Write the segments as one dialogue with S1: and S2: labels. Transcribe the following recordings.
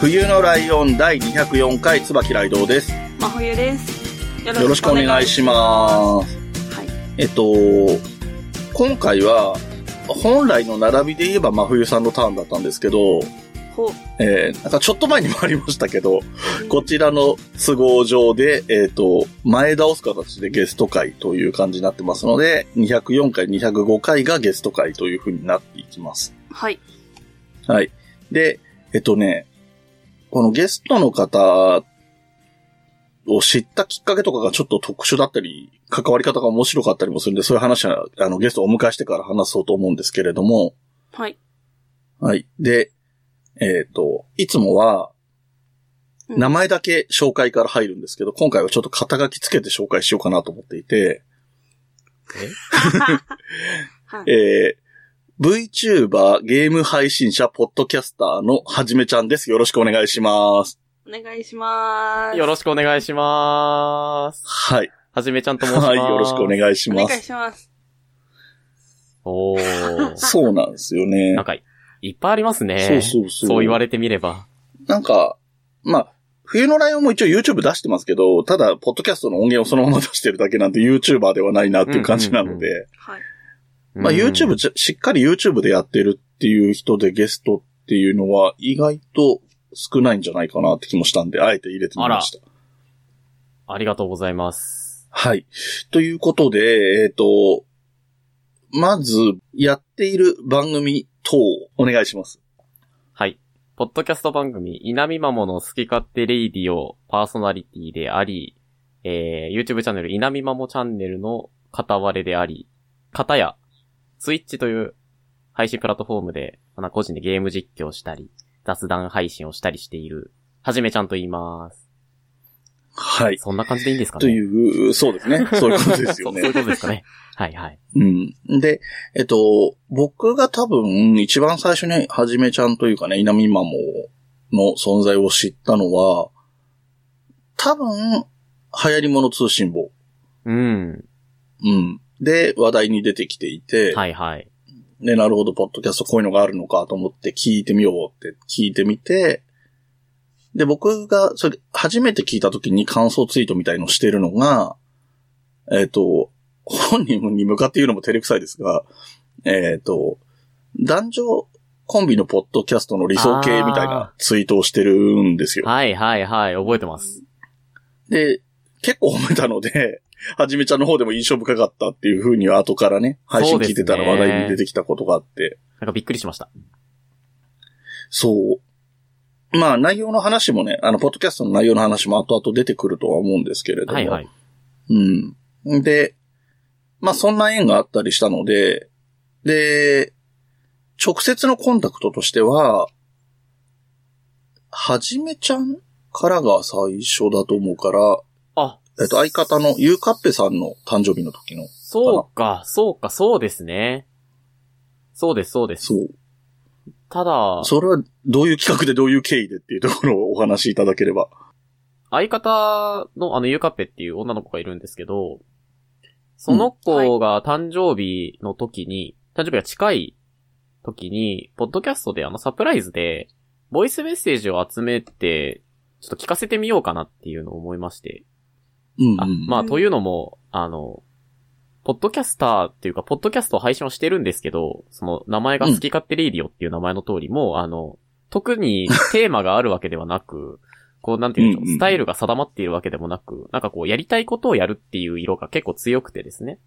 S1: 冬のライオン第204回、椿ライドウです。
S2: 真冬です。よ
S1: よろしくお願いします。
S2: す。はい。
S1: えっと、今回は、本来の並びで言えば真冬さんのターンだったんですけど、
S2: ほう。
S1: えー、なんかちょっと前にもありましたけど、こちらの都合上で、えっ、と、前倒す形でゲスト会という感じになってますので、204回、205回がゲスト会という風になっていきます。
S2: はい。
S1: はい。で、えっとね、このゲストの方を知ったきっかけとかがちょっと特殊だったり、関わり方が面白かったりもするんで、そういう話は、あの、ゲストをお迎えしてから話そうと思うんですけれども、
S2: はい。
S1: はい。で、えっ、と、いつもは、
S2: うん
S1: 名前だけ紹介から入るんですけど、今回はちょっと肩書きつけて紹介しようかなと思っていて、
S2: はい。
S1: えー、VTuber、ゲーム配信者、ポッドキャスターのはじめちゃんです。よろしくお願いします。
S2: お願いします。
S3: よろ
S2: し
S3: しくお願いします。
S1: はい。
S3: はじめちゃんと申します。
S1: はい、よろしくお
S3: いし
S1: 願いし
S2: お
S1: ま
S2: 願い
S1: す。
S2: します。
S3: おー。
S1: そうなんですよね
S3: なん。か、いっぱいありますね。
S1: そうそうそう。
S3: そう言われてみれば。
S1: なんか、まあ、冬のライオンも一応 YouTube 出してますけど、ただ、ポッドキャストの音源をそのまま出してるだけなんて YouTuber ではないなっていう感じなので、
S2: はい。
S1: まあ
S3: うん
S1: YouTube じゃ、しっかり YouTube でやってるっていう人でゲストっていうのは意外と少ないんじゃないかなって気もしたんで、あえて入れてみました。
S3: ありがとうございます。
S1: はい。ということで、えっ、と、まず、やっている番組等、お願いします。
S3: はい。ポッドキャスト番組、稲見まもの好き勝手レイディオパーソナリティであり、えー、YouTube チャンネル、稲見まもチャンネルの片割れであり、片や、Twitch という配信プラットフォームで、あの個人でゲーム実況したり、雑談配信をしたりしている、はじめちゃんと言います。
S1: はい。
S3: そんな感じでいいんですかね
S1: という、そうです ね。そういうことですよね
S3: そういう。ことですかね。はいはい。
S1: うん。で、えっと、僕が多分一番最初にはじめちゃんというかね、稲見マモの存在を知ったのは、多分、流行り物通信簿。
S3: うん。
S1: うん。で、話題に出てきていて、
S3: はいはい。
S1: ね、なるほど、ポッドキャストこういうのがあるのかと思って聞いてみようって聞いてみて、で、僕が、それ、初めて聞いた時に感想ツイートみたいのしてるのが、えっ、と、本人に向かって言うのも照れくさいですが、えっ、と、男女コンビのポッドキャストの理想系みたいなツイートをしてるんですよ。
S3: はいはいはい。覚えてます。
S1: で、結構褒めたので、はじめちゃんの方でも印象深かったっていう風には後からね、配信聞いてたら話題に出てきたことがあって、
S3: なんかびっくりしました。
S1: そう。まあ内容の話もね、あの、ポッドキャストの内容の話も後々出てくるとは思うんですけれども。
S3: はいはい。
S1: うん。で、まあそんな縁があったりしたので、で、直接のコンタクトとしては、はじめちゃんからが最初だと思うから、
S3: あ、
S1: えっと、相方のゆうかっぺさんの誕生日の時の、
S3: そうか、そうか、そうですね。そうです、そうです。
S1: そう。
S3: ただ、
S1: それはどういう企画でどういう経緯でっていうところをお話しいただければ。
S3: 相方のあの、ゆうかっぺっていう女の子がいるんですけど、その子が誕生日の時に、誕生日が近い時に、ポッドキャストであの、サプライズで、ボイスメッセージを集めて、ちょっと聞かせてみようかなっていうのを思いまして。
S1: うん、
S3: あ、
S1: うん。
S3: ま
S2: う
S3: あ、
S2: ん
S3: というのも、あの、ポッドキャスターっていうか、ポッドキャストを配信をしてるんですけど、その名前が好き勝手レイディオっていう名前の通りも、あの、特にテーマがあるわけではなく、 こう、なんていうんでしょ
S1: うん
S3: う
S1: うんうん
S3: スタイルが定まっているわけでもなく、なんかこう、やりたいことをやるっていう色が結構強くてですね。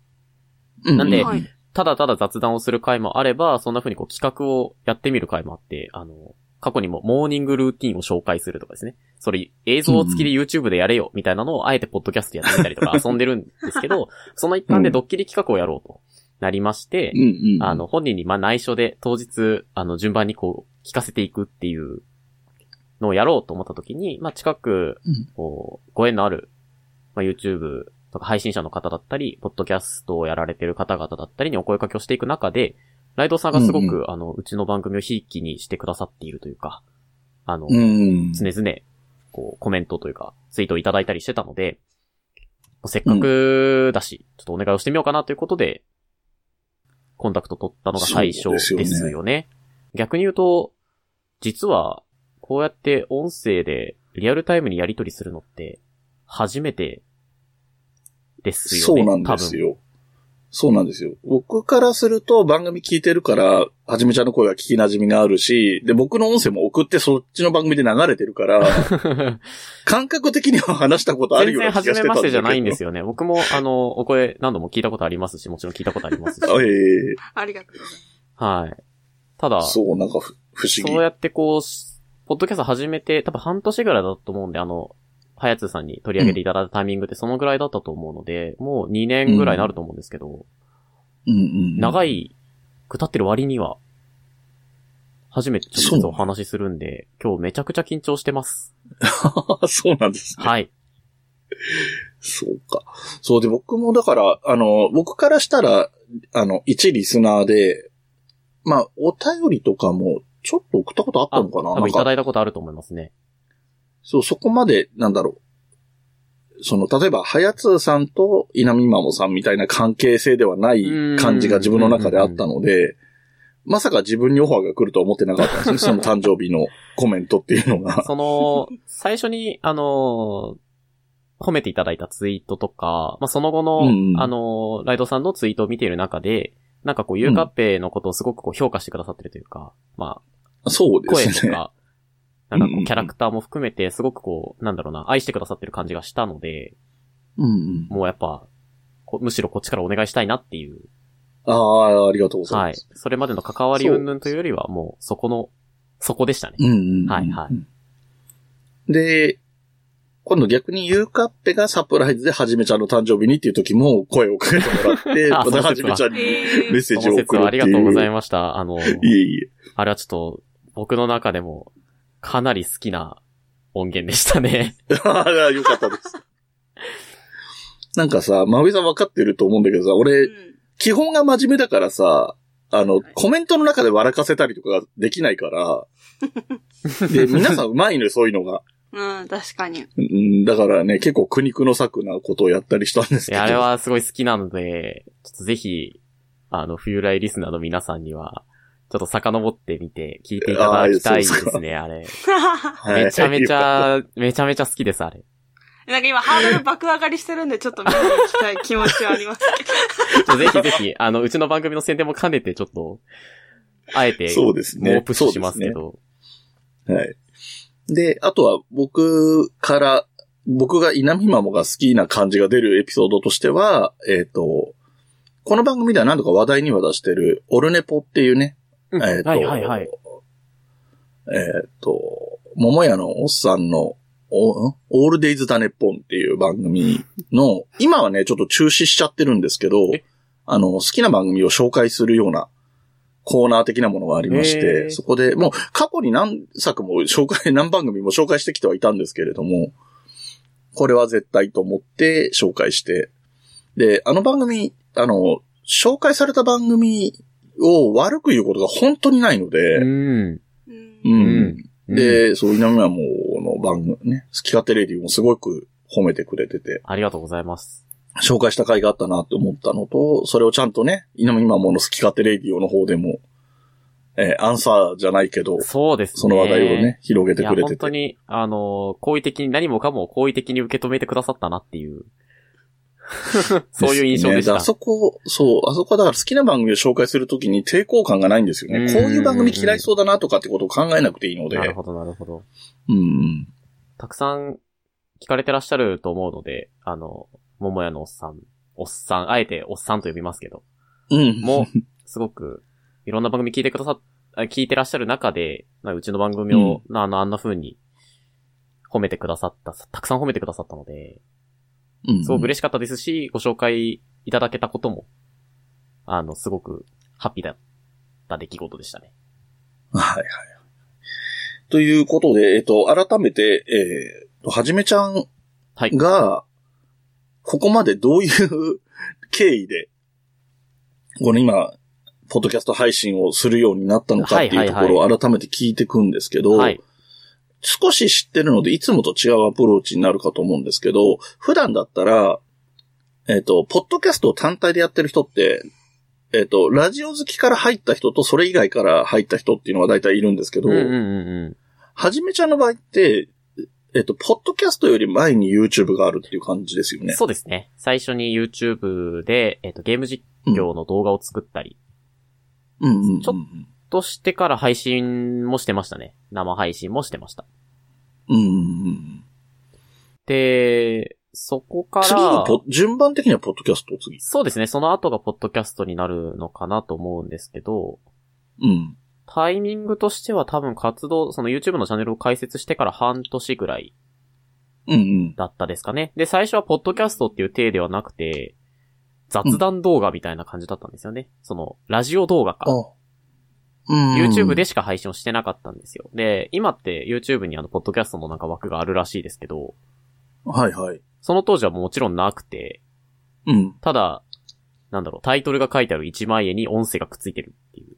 S1: うん
S3: なんで
S1: う
S2: はい
S3: ただただ雑談をする回もあれば、そんな風にこう企画をやってみる回もあって、あの、過去にもモーニングルーティンを紹介するとかですね。それ映像付きで YouTube でやれよ、 みたいなのをあえてポッドキャストでやってみたりとか遊んでるんですけど、その一環でドッキリ企画をやろうとなりまして、
S1: うんうん。
S3: あの、本人にまあ内緒で当日、あの、順番にこう、聞かせていくっていうのをやろうと思った時に、まあ近く
S1: うん、
S3: こう、ご縁のある、まあ YouTube とか配信者の方だったり、ポッドキャストをやられてる方々だったりにお声掛けをしていく中で、ライドさんがすご
S1: う
S3: く、あの、うちの番組をひいきにしてくださっているというか、あの、
S1: うん。
S3: 常々、こう、コメントというか、ツイートをいただいたりしてたので、せっかくだし、ちょっとお願いをしてみようかなということで、コンタクト取ったのが最初
S1: そう
S3: で
S1: ですす
S3: よ
S1: よ
S3: ね。
S1: ね
S3: 逆に言うと、実は、こうやって音声でリアルタイムにやり取りするのって、初めてですよ
S1: そ
S3: ね。
S1: うなんですよ。そうなんですよ。僕からすると番組聞いてるから、はじめちゃんの声が聞き馴染みがあるし、で、僕の音声も送ってそっちの番組で流れてる から、
S3: 多分。
S1: 感覚的には話した ことある
S3: 全
S1: よう
S3: 然
S1: な気がし
S3: 初
S1: てた
S3: めましてじゃないんですすよね。僕も、あの、お声何度も聞いたことありますし、もちろん聞いたことありますし。
S1: けど。ええ
S2: ありがとうございます。
S3: はい。ただ、
S1: そう、なんかふ不思議
S3: そう。やってこう、しポッドキャスト始めて、多分半年ぐらいだと思うんで、あの、はやつさんに取り上げていただいたタイミングってそのぐらいだったと思うので、もう2年ぐらいになると思うんですけど、
S1: うんうん。
S3: 長い、くたってる割には、初めてちょっとお話しするんで、今日めちゃくちゃ緊張してます。
S1: そうなんですね。
S3: はい。
S1: そうか。そうで、僕もだから、あの、僕からしたら、あの、一リスナーで、まあ、お便りとかも、ちょっと送ったことあったのかな
S3: 多
S1: な
S3: 分
S1: ん
S3: いた
S1: か、
S3: だいたことあると思いますね。
S1: そう、そこまで、なんだろう。その、例えば、はやつーさんと稲見まもさんみたいな関係性ではない感じが自分の中であったので、まさか自分にオファーが来るとは思ってなかったん ですね。その誕生日のコメントっていうの が。
S3: その、最初に、あのー褒めていただいたツイートとか、まあ、その後の、
S1: うんうん
S3: あのーライドさんのツイートを見ている中で、なんかこう、ゆうかっぺのことをすごくこう評価してくださってるというか、ま
S1: そう
S3: あ、
S1: で
S3: 声
S1: す
S3: と
S1: ね。
S3: か、なんか
S1: うんうん
S3: こ
S1: う
S3: う、
S1: ん
S3: キャラクターも含めて、すごくこう、なんだろうな、愛してくださってる感じがしたので、
S1: うんうん。
S3: もうやっぱ、こむしろこっちからお願いしたいなっていう、
S1: ああ、ありがとうござい
S3: は
S1: ま
S3: い
S1: す。。
S3: それまでの関わり云々というよりは、もう、そこの、そこでしたね。
S1: うんうんうん。
S3: はいは
S1: で、今度逆にゆうかっぺがサプライズではじめちゃんの誕生日にっていう時も声をかけてもらって、
S3: あ
S1: また
S3: そ
S1: は
S3: うで
S1: じ
S3: すか
S1: めちゃんにメッセージ
S3: そ
S1: を
S3: の
S1: 送るっていう。
S3: 説はありがとうござい
S1: ま
S3: ました。あ の、
S1: いえいえ。
S3: あれはちょっと、僕の中でも、かなり好きな音源で したね。
S1: ああ、よかったです。なんかさ、まおさん分かってると思うんだけどさ、俺、基本が真面目だからさ、あの、コメントの中で笑かせたりとかができないから、で、皆さん上手い のよ、そういうのが。
S2: うん。うん、確かに。
S1: うん、だからね、結構苦肉の策なことをやったりしたんですけ
S3: い
S1: ど。
S3: やあれはすごい好きなので、ちょっとぜひ、あの、冬来リスナーの皆さんには、ちょっと遡ってみて、聞いていただきたいですね、あれ。
S1: はい、
S3: めちゃめち
S1: よかっ
S3: ゃ、めちゃめちゃ好きです、あれ。
S2: なんか今ハードル爆上がりしてるんで、ちょっと見に行きたい気持ちはあり ます。
S3: ちょっとぜひぜひ、あの、うちの番組の宣伝も兼ねて、ちょっと、あえ
S1: た。
S3: て、
S1: そうですね。
S3: もうプッシュしますけ
S1: そうです
S3: ど。
S1: ね。はい。で、あとは僕から、僕が稲見マモが好きな感じが出るエピソードとしては、えっ、と、この番組では何度か話題には出してる、オルネポっていうね、
S3: うん
S1: えっ、と、
S3: はいはいはい。
S1: えっ、と、桃屋のおっさんの、おんオールデイズ・ダネッポンっていう番組の、今はね、ちょっと中止しちゃってるんですけど
S3: え、
S1: あの、好きな番組を紹介するようなコーナー的なものがありまし
S3: へー
S1: て、そこでもう過去に何作も紹介、 何番組も紹介してきてはいたんですけれども、これは絶対と思って紹介して、で、あの番組、あの、紹介された番組を悪く言うことが本当にないので、
S3: うん。
S2: うん。
S1: うん
S3: うん
S1: で、そう、稲見はもう、の番組ね、好き勝手レディもすごく褒めてくれてて、
S3: ありがとうございます。
S1: 紹介した回があったなって思ったのと、それをちゃんとね、稲見まもの好き勝手レディオの方でも、えーアンサーじゃないけど、
S3: そうですね。
S1: その話題をね、広げてくれ
S3: いや、
S1: て
S3: 本
S1: て
S3: 当。に、あのー、好意的に何もかも好意的に受け止めてくださったなって いう。そういう印象でし
S1: すね
S3: た。
S1: あそこ、そう、あそこはだから好きな番組を紹介するときに抵抗感がないんですよ
S3: うん
S1: ね。こういう番組嫌いそうだなとかってことを考えなくていいので。
S3: なるほど、なるほど。
S1: うんうん。
S3: たくさん聞かれてらっしゃると思うので、あの、桃屋のおっさん、おっさん、あえておっさんと呼びますけど、
S1: うん。
S3: もう、すごく、いろんな番組聞いてくださっ、あ聞いてらっしゃる中で、なんかうちの番組を、あの、あんな風に、褒めてくださった、たくさん褒めてくださったので、
S1: うん、
S3: すごく嬉しかったですし、ご紹介いただけたことも、あの、すごくハッピーだった出来事でしたね。
S1: はいはい。ということで、えっと、改めて、えーと、はじめちゃん
S3: はい
S1: が、ここまでどういう 経緯で、この今、ポッドキャスト配信をするようになったのかって
S3: はいいうは
S1: と
S3: い
S1: こ
S3: はい
S1: ろを改めて聞いていくんですけど、
S3: はい。
S1: 少し知ってるので、いつもと違うアプローチになるかと思うんですけど、普段だったら、えっ、と、ポッドキャストを単体でやってる人って、えっ、と、ラジオ好きから入った人と、それ以外から入った人っていうのは大体いるんですけ
S3: う
S1: ど、
S3: んうんうん
S1: はじめちゃんの場合って、えっと、ポッドキャストより前に YouTube があるっていう感じですよ
S3: うん。
S1: ね。
S3: そうですね。最初に YouTube で、えっ、と、ゲーム実況の動画を作ったり、
S1: うんうんうんうん。
S3: ちょとしてから配信もしてましたね。生配信もしてました。
S1: うんうんうん。
S3: で、そこから、
S1: 次がポ、順番的にはポッドキャスト次。
S3: そうですね。その後がポッドキャストになるのかなと思うんですけど、
S1: うん。
S3: タイミングとしては多分活動、その YouTube のチャンネルを開設してから半年ぐらい
S1: うんうん。
S3: だったですかね。で、最初はポッドキャストっていう体ではなくて、雑談動画みたいな感じだったんですよね。その、ラジオ動画か。
S1: あ。うん。
S3: YouTube で。しか配信をしてなかったんですよ。で、今って YouTube にあの、ポッドキャストのなんか枠があるらしいですけど、
S1: はいはい。
S3: その当時はもちろんなくて、
S1: うん。
S3: ただ、なんだろう、タイトルが書いてある一枚絵に音声がくっついてるっていう。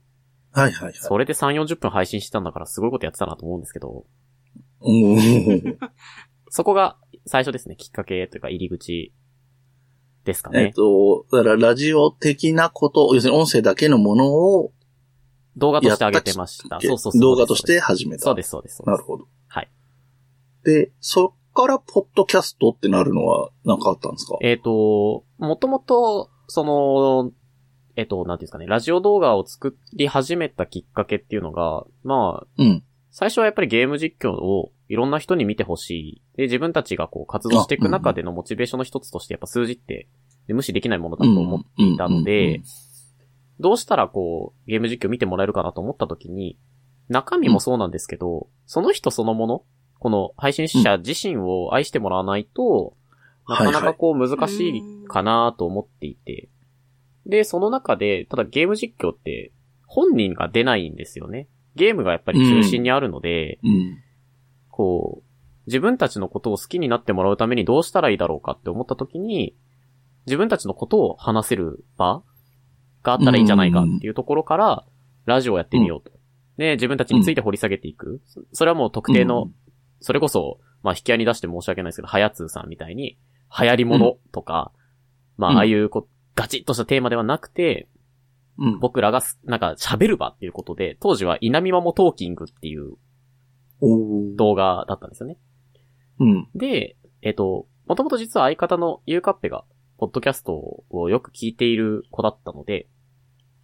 S1: はいはいはい。
S3: それで3、40分配信してたんだからすごいことやってたなと思うんですけど、
S1: うん。
S3: そこが最初ですね、きっかけというか入り口ですか
S1: えっ
S3: ね。
S1: と、だからラジオ的なこと、要するに音声だけのものを
S3: 動画として上げてました。そうそうそう。
S1: 動画として始めた。
S3: そうです、そうです。そうです
S1: なるほど。
S3: はい。
S1: で、そっからポッドキャストってなるのはなんかあったんですか
S3: えっ、と、もともと、その、えっ、と、なんていうんですかね、ラジオ動画を作り始めたきっかけっていうのが、まあ、
S1: うん。
S3: 最初はやっぱりゲーム実況をいろんな人に見てほしい。で、自分たちがこう活動していく中でのモチベーションの一つとしてやっぱ数字って無視できないものだと思ってい
S1: う
S3: たの
S1: んうんうんう
S3: で
S1: ん、
S3: どうしたらこうゲーム実況見てもらえるかなと思った時に、中身もそうなんですけど、その人そのもの、この配信者自身を愛してもらわないと、
S1: うん
S3: なかなかこう難しいかなと思っていて、で、その中で、ただゲーム実況って本人が出ないんですよね。ゲームがやっぱり中心にあるので、
S1: うん。
S3: こう、自分たちのことを好きになってもらうためにどうしたらいいだろうかって思った時に、自分たちのことを話せる場があったらいいんじゃないかっていうところから、ラジオをやってみようと。で、自分たちについて掘り下げていく。そそれはもう特定の、それこそ、まあ、引き合いに出して申し訳ないですけど、はやつーさんみたいに、流行り物とか、まあ、
S1: うん
S3: ああいうこう、ガチッとしたテーマではなくて、
S1: うん、うん。
S3: 僕らがす、なんか喋る場っていうことで、当時は稲見まもトーキングっていう
S1: おー
S3: 動画だったんですよね。
S1: うん。
S3: で、えっと、もともと実は相方のゆうかっぺが、ポッドキャストをよく聞いている子だったので、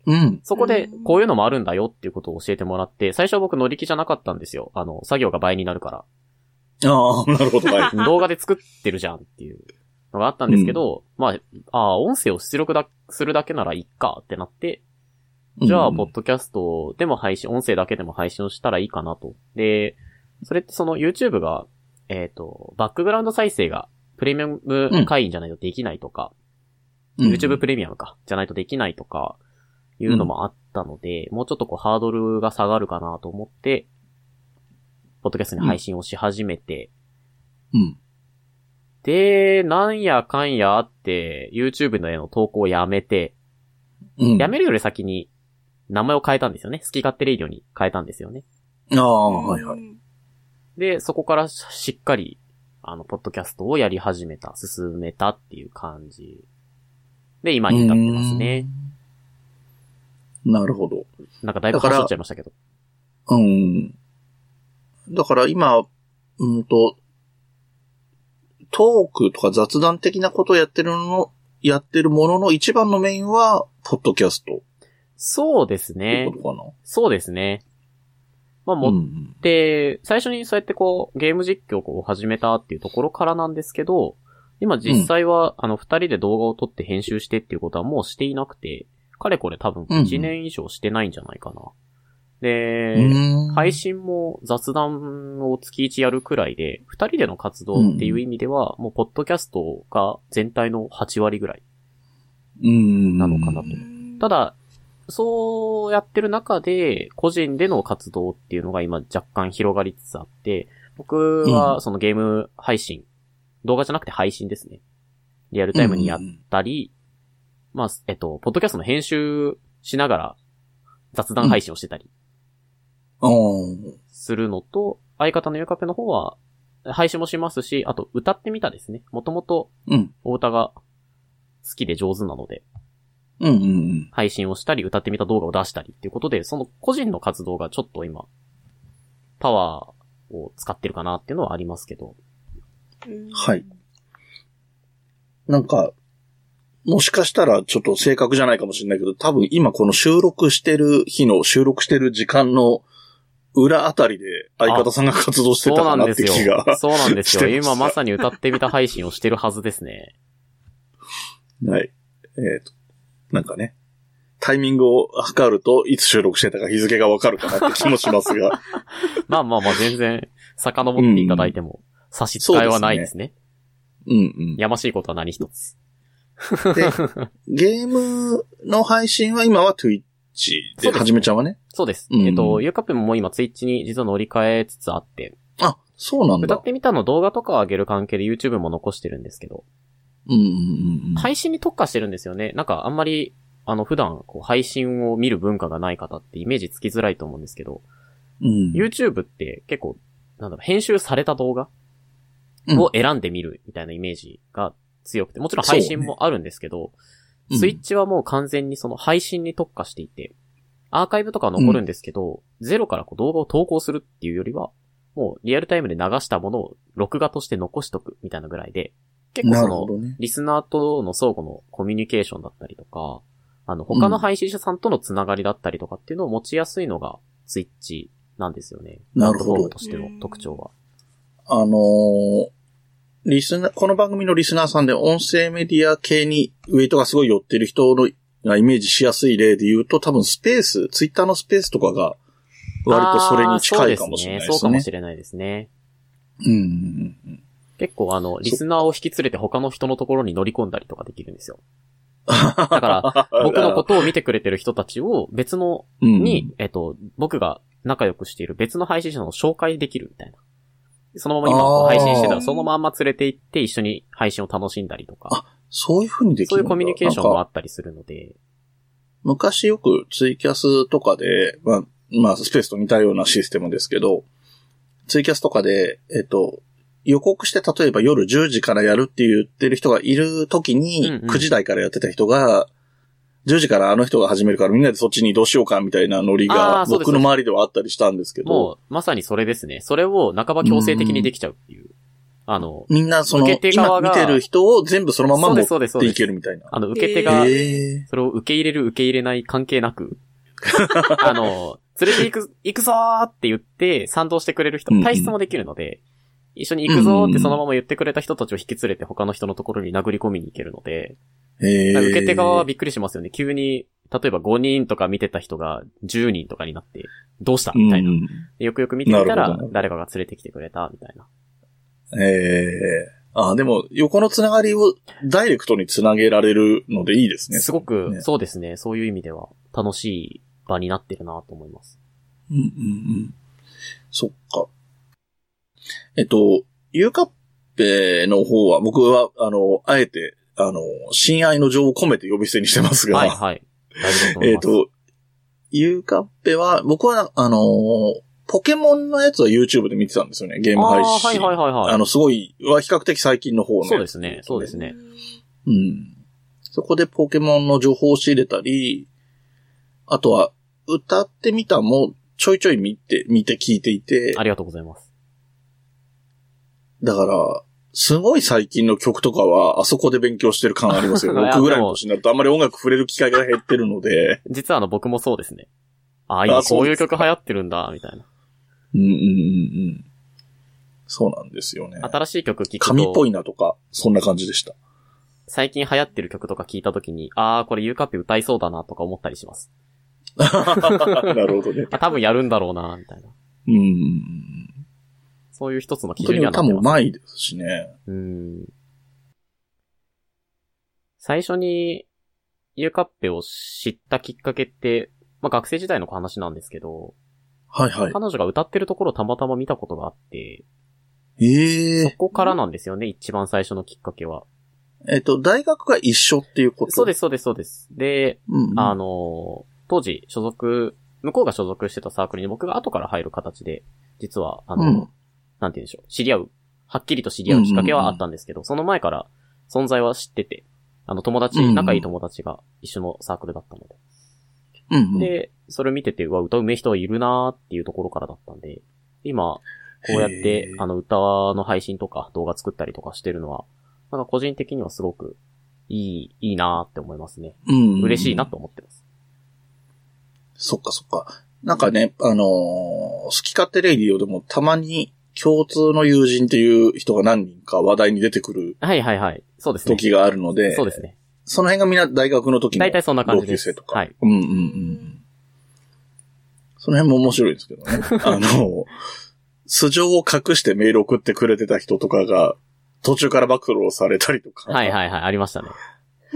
S1: うん。
S3: そこで
S4: うん
S3: こういうのもあるんだよっていうことを教えてもらって、最初は僕乗り気じゃなかったんですよ。あの、作業が倍になるか
S1: ああ、なるほど。はい。
S3: ら。動画で作ってるじゃんっていうのがあったんですけど、まあ、ああ、音声を出力だ、するだけならいっかってなって、 じゃあ、
S1: うん
S3: ポッドキャストでも配信、音声だけでも配信をしたらいいかなと。で、それってその YouTube が、えっ、と、バックグラウンド再生がプレミアム会員じゃないとできないとか、YouTube プレミアムか、じゃないとできないとか、いうのもあったので、もうちょっとこうハードルが下がるかなと思って、ポッドキャストに配信をし始めて、
S1: うん。
S3: で、なんやかんやあって、YouTube への投稿をやめて、
S1: うん。
S3: やめるより先に、名前を変えたんですよね。好き勝手レイディオに変えたんですよね。
S1: ああ、はいはい。
S4: い。
S3: で、そこからししっかり、あの、ポッドキャストをやり始めた、進めたっていう感じ。で、今に至ってますね。
S1: うん。なるほど。
S3: なんかだいぶ走っちゃいましたけど。
S1: うん。だから今、うんと、トークとか雑談的なことをやってるの、やってるものの一番のメインは、ポッドキャストっ
S3: そうです
S1: て
S3: ね
S1: こ。とかな。
S3: そうですね。まあ、
S1: う
S3: も
S1: ん。
S3: って、最初にそうやってこう、ゲーム実況を始めたっていうところからなんですけど、今実際は、あの、二人で動画を撮って編集してっていうことはもうしていなくて、かれこれ多分
S1: うんうん
S3: 1年以上してないんじゃないかな。で、
S1: うん
S3: 配信も雑談を月1やるくらいで、二人での活動っていう意味では、もうポッドキャストが全体の8割ぐらい
S1: うん
S3: なのかなと。
S4: うん
S3: ただ、そうやってる中で、個人での活動っていうのが今若干広がりつつあって、僕
S1: う
S3: はそのゲーム配信、動画じゃなくて配信ですね。リアルタイムにやっ
S1: うん
S3: たり、まあ、えっと、ポッドキャストの編集しながら雑談配信をしてたり
S1: うん。
S3: するのと、相方のゆうかぺの方は配信もしますし、あと歌ってみたですね。もともと
S1: うん。
S3: お歌が好きで上手なので、
S1: うん。うんうん。
S3: 配信をしたり歌ってみた動画を出したりっていうことで、その個人の活動がちょっと今、パワーを使ってるかなっていうのはありますけど。
S1: はい。なんか、もしかしたらちょっと正確じゃないかもしれないけど、多分今この収録してる日の収録してる時間の裏あたりで相方さんが活動して
S3: そう
S1: たか
S3: なん
S1: な
S3: で
S1: って
S3: す
S1: 気が。
S3: よ。そうなんです
S1: して
S3: よ。
S1: ました
S3: 今まさに歌ってみた配信をしてるはずです ね。
S1: はい。えっ、と、なんかね、タイミングを測ると、いつ収録してたか日付がわかるかなって気もしますが、
S3: まあまあまあ全然、遡っていただいても、差し支えはないですね。
S1: うん
S3: やましいことは何一つ。
S1: うん。で、ゲームの配信は今は Twitch
S3: そ
S1: で、
S3: うですね
S1: はじめちゃんはね。
S3: そうです。
S1: うん
S3: えっと、ゆうかぺももう今ツイッチに実は乗り換えつつあって、
S1: あ、そうなんだ
S3: 歌っ。てみたの動画とかを上げる関係で YouTube も残してるんですけど、
S1: うんうんうん。い。
S3: 配信に特化してるんですよね。なんかあんまり、あの普段こう配信を見る文化がない方ってイメージつきづらいと思うんですけど、
S1: うん。
S3: YouTube って結構、なんだろう、編集された動画
S1: うん
S3: を選んでみるみたいなイメージが強くて、もちろん配信もあるんですけど、
S1: うん
S3: スイッチはもう完全にその配信に特化していて、アーカイブとかは残るんですけど、ゼロからこう動画を投稿するっていうよりは、もうリアルタイムで流したものを録画として残しとくみたいなぐらいで、結構
S1: な
S3: そ
S1: る
S3: の
S1: ほ、どね。
S3: リスナーとの相互のコミュニケーションだったりとか、あの、他の配信者さんとのつながりだったりとかっていうのを持ちやすいのが、ツイッチなんですよね。
S1: なるほど
S3: プラットフォームとしての特徴は。
S1: あのーリスナー、この番組のリスナーさんで音声メディア系にウェイトがすごい寄ってる人のがイメージしやすい例で言うと、多分スペース、ツイッターのスペースとかが割とそれに近いかもしれないですね。
S3: あーそうですね。そうかもしれないですね。
S1: うんうんうんうん。
S3: 結構あの、リスナーを引き連れて他の人のところに乗り込んだりとかできるんですよ。だから、
S1: ら
S3: 僕のことを見てくれてる人たちを別の
S1: と
S3: に、、えっと、僕が仲良くしている別の配信者の紹介できるみたいな。そのまま今こう配信してた
S1: あ
S3: ら、
S1: ー
S3: そのまんま連れて行って一緒に配信を楽しんだりとか、
S1: そういう風にできるんだ
S3: そういうコミュニケーションも
S1: な
S3: あ
S1: んか
S3: ったりするので、
S1: 昔よくツイキャスとかで、まあ、まあ、スペースと似たようなシステムですけど、ツイキャスとかで、えっと、予告して例えば夜10時からやるって言ってる人がいる時に、
S3: うんうん
S1: 9時台からやってた人が、10時からあの人が始めるからみんなでそっちに移動しようかみたいなノリ
S3: あ
S1: が
S3: ーそうです
S1: 僕の周りではあったりしたんですけど、
S3: もうまさにそれですね。それを半ば強制的にできちゃうっていう。あの、
S1: みんなその
S3: 受け手
S1: 今
S3: 側が
S1: 見てる人を全部そのまま
S3: そう
S1: 持
S3: で
S1: っ
S3: す、そうです、そう
S1: て
S3: で
S1: いけ
S3: す。
S1: るみたいな。
S3: あの、受け手が、
S1: へー
S3: それを受け入れる、受け入れない関係な く、あの、連れて行く、行くぞーって言って賛同してくれる人
S1: うんう、ん
S3: 体質もできるので、一緒に行くぞーってそのまま言ってくれた人たちを引き連れて他の人のところに殴り込みに行けるので、
S1: へー
S3: 受け手側はびっくりしますよね。急に、例えば5人とか見てた人が10人とかになって、どうしたみたいな
S1: う。ん
S3: よくよく見てみた
S1: なるほ
S3: ら
S1: ど、
S3: 誰かが連れてきてくれた、みたいな。
S1: ええあ、でも、横のつながりをダイレクトにつなげられるのでいいですね。
S3: すごく、
S1: ね
S3: そうですね。そういう意味では、楽しい場になってるなと思います。
S1: うんうんうん。そっか。えっと、ゆうかっぺの方は、僕は、あの、あえて、あの、親愛の情を込めて呼び捨てにしてますが、
S3: はい、はい。大丈夫だと思
S1: え
S3: い
S1: っ
S3: ます。
S1: と、ゆうかっぺは、僕は、あの、ポケモンのやつは YouTube で見てたんですよね、ゲーム配信。
S3: あーはいはいはいはい。
S1: あの、すごい、は比較的最近の方のやつ
S3: そうですね。そうですね。
S1: うん。そこでポケモンの情報を仕入れたり、あとは、歌ってみたも、ちょいちょい見て、見て聞いていて
S3: あ、りがとうございます。
S1: だから、すごい最近の曲とかは、あそこで勉強してる感ありますよ
S3: い や
S1: 僕ぐらいの年になると、あんまり音楽触れる機会が減ってるので、
S3: 実はあの、僕もそうですね。あ、今
S1: あそ
S3: こ
S1: う
S3: うい
S1: で
S3: う
S1: す
S3: 曲流行ってるんだ、みたいな。
S1: うんうんうんうん。そうなんですよね。
S3: 新しい曲聴く
S1: 神っぽ
S3: と、
S1: いなとか、そんな感じで した。
S3: 最近流行ってる曲とか聴いたときに、あー、これユーカッピ歌いそうだな、とか思ったりします。
S1: なるほどね。
S3: あ、多分やるんだろうな、みたいな。
S1: うんうんうん。
S3: そういう一つの基
S1: 本当に
S3: 準にはな
S1: 歌
S3: って
S1: もう
S3: ます。
S1: まいですしね。
S3: うん。最初に、ゆかっぺを知ったきっかけって、まあ、学生時代の話なんですけど、
S1: はいはい。
S3: 彼女が歌ってるところをたまたま見たことがあって、
S1: え
S3: そこからなんですよね、一番最初のきっかけは。
S1: え。えっと、大学が一緒っていうこと。
S3: そうですす、そうです、そうです。で、
S1: うんうん。
S3: あの、当時所属、向こうが所属してたサークルに僕が後から入る形で、実は、あの、
S1: うん
S3: なんて言うんでしょう、知り合う、はっきりと知り合うきっかけはあったんですけど、その前から存在は知ってて、あの友達、
S1: うんうん
S3: 仲いい友達が一緒のサークルだったので。
S1: うんうん。
S3: で、それ見てて、うわ、歌うめえ人はいるなーっていうところからだったんで、今、こうやっ
S1: へ
S3: て
S1: ー、
S3: あの、歌の配信とか動画作ったりとかしてるのは、なんか個人的にはすごくいい、いいなーって思いますね。
S1: うんうん
S3: 嬉しいなと思ってます。
S1: そっかそっか。なんかね、あのー好き勝手レイディオでもたまに共通の友人っていう人が何人か話題に出てくる
S3: はいはいはい。そうですね。
S1: 時があるので、
S3: そうですね。
S1: その辺がみんな大学の時の
S3: 大体そんな感
S1: 同
S3: じで
S1: 級
S3: す
S1: 生と。か。
S3: はい。
S1: うんうんうん。その辺も面白いですけ どね。あの、素性を隠してメール送ってくれてた人とかが、途中から暴露されたりとか。
S3: はいはいはい。ありましたね。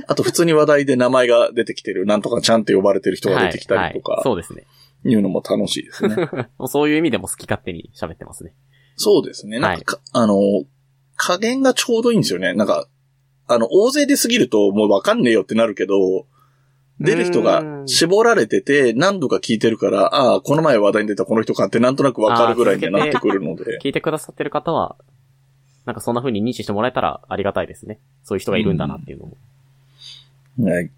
S1: あと普通に話題で名前が出てきてる、なんとかちゃんって呼ばれてる人が出てきたりと
S3: はいはい。
S1: か、
S3: そうですね。
S1: いうのも楽しいです ね。
S3: もうそういう意味でも好き勝手に喋ってますね。
S1: そうですね。なんかか、あの、加減がちょうどいいんですよね。なんか、あの、大勢出すぎるともうわかんねえよってなるけど、出る人が絞られてて、何度か聞いてるから、ああ、この前話題に出たこの人かってなんとなくわかるぐらいにはなってくるので。
S3: 聞いてくださってる方は、なんかそんな風に認知してもらえたらありがたいですね。そういう人がいるんだなっていうのも。
S1: はい。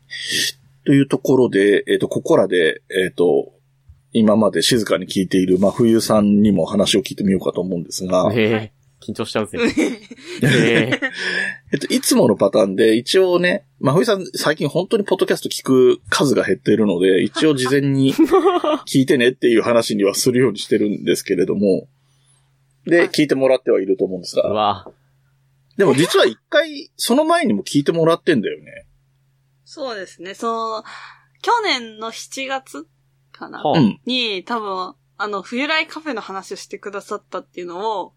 S1: というところで、えっ、と、ここらで、えっ、と、今まで静かに聞いている真冬さんにも話を聞いてみようかと思うんですが、
S3: へえ緊張しちゃう ぜ。へえ
S1: えっと、いつものパターンで、一応ね、まふいさん最近本当にポッドキャスト聞く数が減っているので、一応事前 に聞いてねっていう話にはするようにしてるんですけれども、で、聞いてもらってはいると思うんです
S3: う
S1: が、
S3: わ
S1: でも実は一回、その前にも聞いてもらってんだよね。
S2: そうですね。その、去年の7月かな、
S3: は
S1: う
S3: あ
S1: ん。
S2: に、多分、あの、冬来カフェの話をしてくださったっていうのを、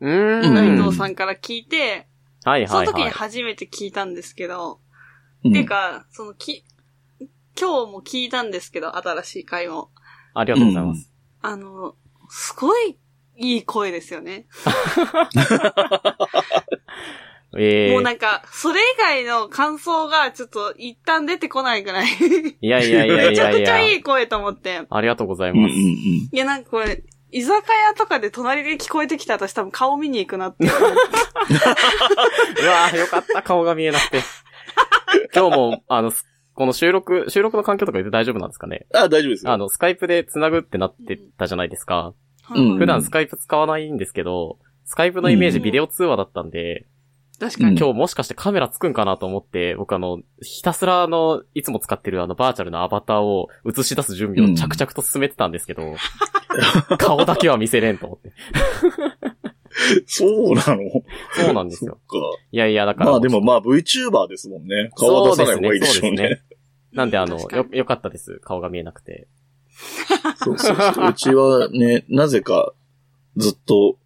S3: うー。
S1: うん
S2: 内
S3: は
S2: 藤
S3: い
S2: さんから聞いて、
S3: はい
S2: そ
S3: は
S2: の時に
S3: い。
S2: 初めて聞いたんですけど、
S1: うん
S2: ていうか、そのき、今日も聞いたんですけど、新しい回も。
S3: ありがとうございます。
S2: あの、すごいいい声ですよね。
S3: ええ
S2: もうなんか、それ以外の感想がちょっと一旦出てこないぐらい。
S3: いやいやい や
S2: め
S3: い
S2: ちゃ
S3: や
S2: く
S3: い
S2: ちゃ
S3: や。
S2: いい声と思って。
S3: ありがとうござい
S1: うんう
S3: ま
S1: ん
S3: す。
S1: うん。
S2: いやなんかこれ、居酒屋とかで隣で聞こえてきた私多分顔見に行くな って。
S3: うわーよかった、顔が見えなく て。今日も、あの、すこの収録、収録の環境とかで大丈夫なんですかね
S1: あ、大丈夫ですよ。
S3: あの、スカイプで繋ぐってなってたじゃないですか。
S1: うん
S3: 普段スカイプ使わないんですけど、スカイプのイメージビデオ通話だったんで、
S2: 確かに。
S3: 今日もしかしてカメラつくんかなと思って、僕あの、ひたすらあの、いつも使ってるあのバーチャルのアバターを映し出す準備を着々と進めてたんですけど、顔だけは見せれんと思って。
S1: そうなの
S3: そうなんですよ。
S1: そっか。
S3: いやいや、だから。
S1: まあでもまあ VTuber ですもんね。顔は出さない方がいいでしょうね。
S3: なんであの、
S2: 確か
S3: よ
S2: に、
S3: よかったです。顔が見えなくて。
S1: そうそうそう。うちはね、なぜかずっと、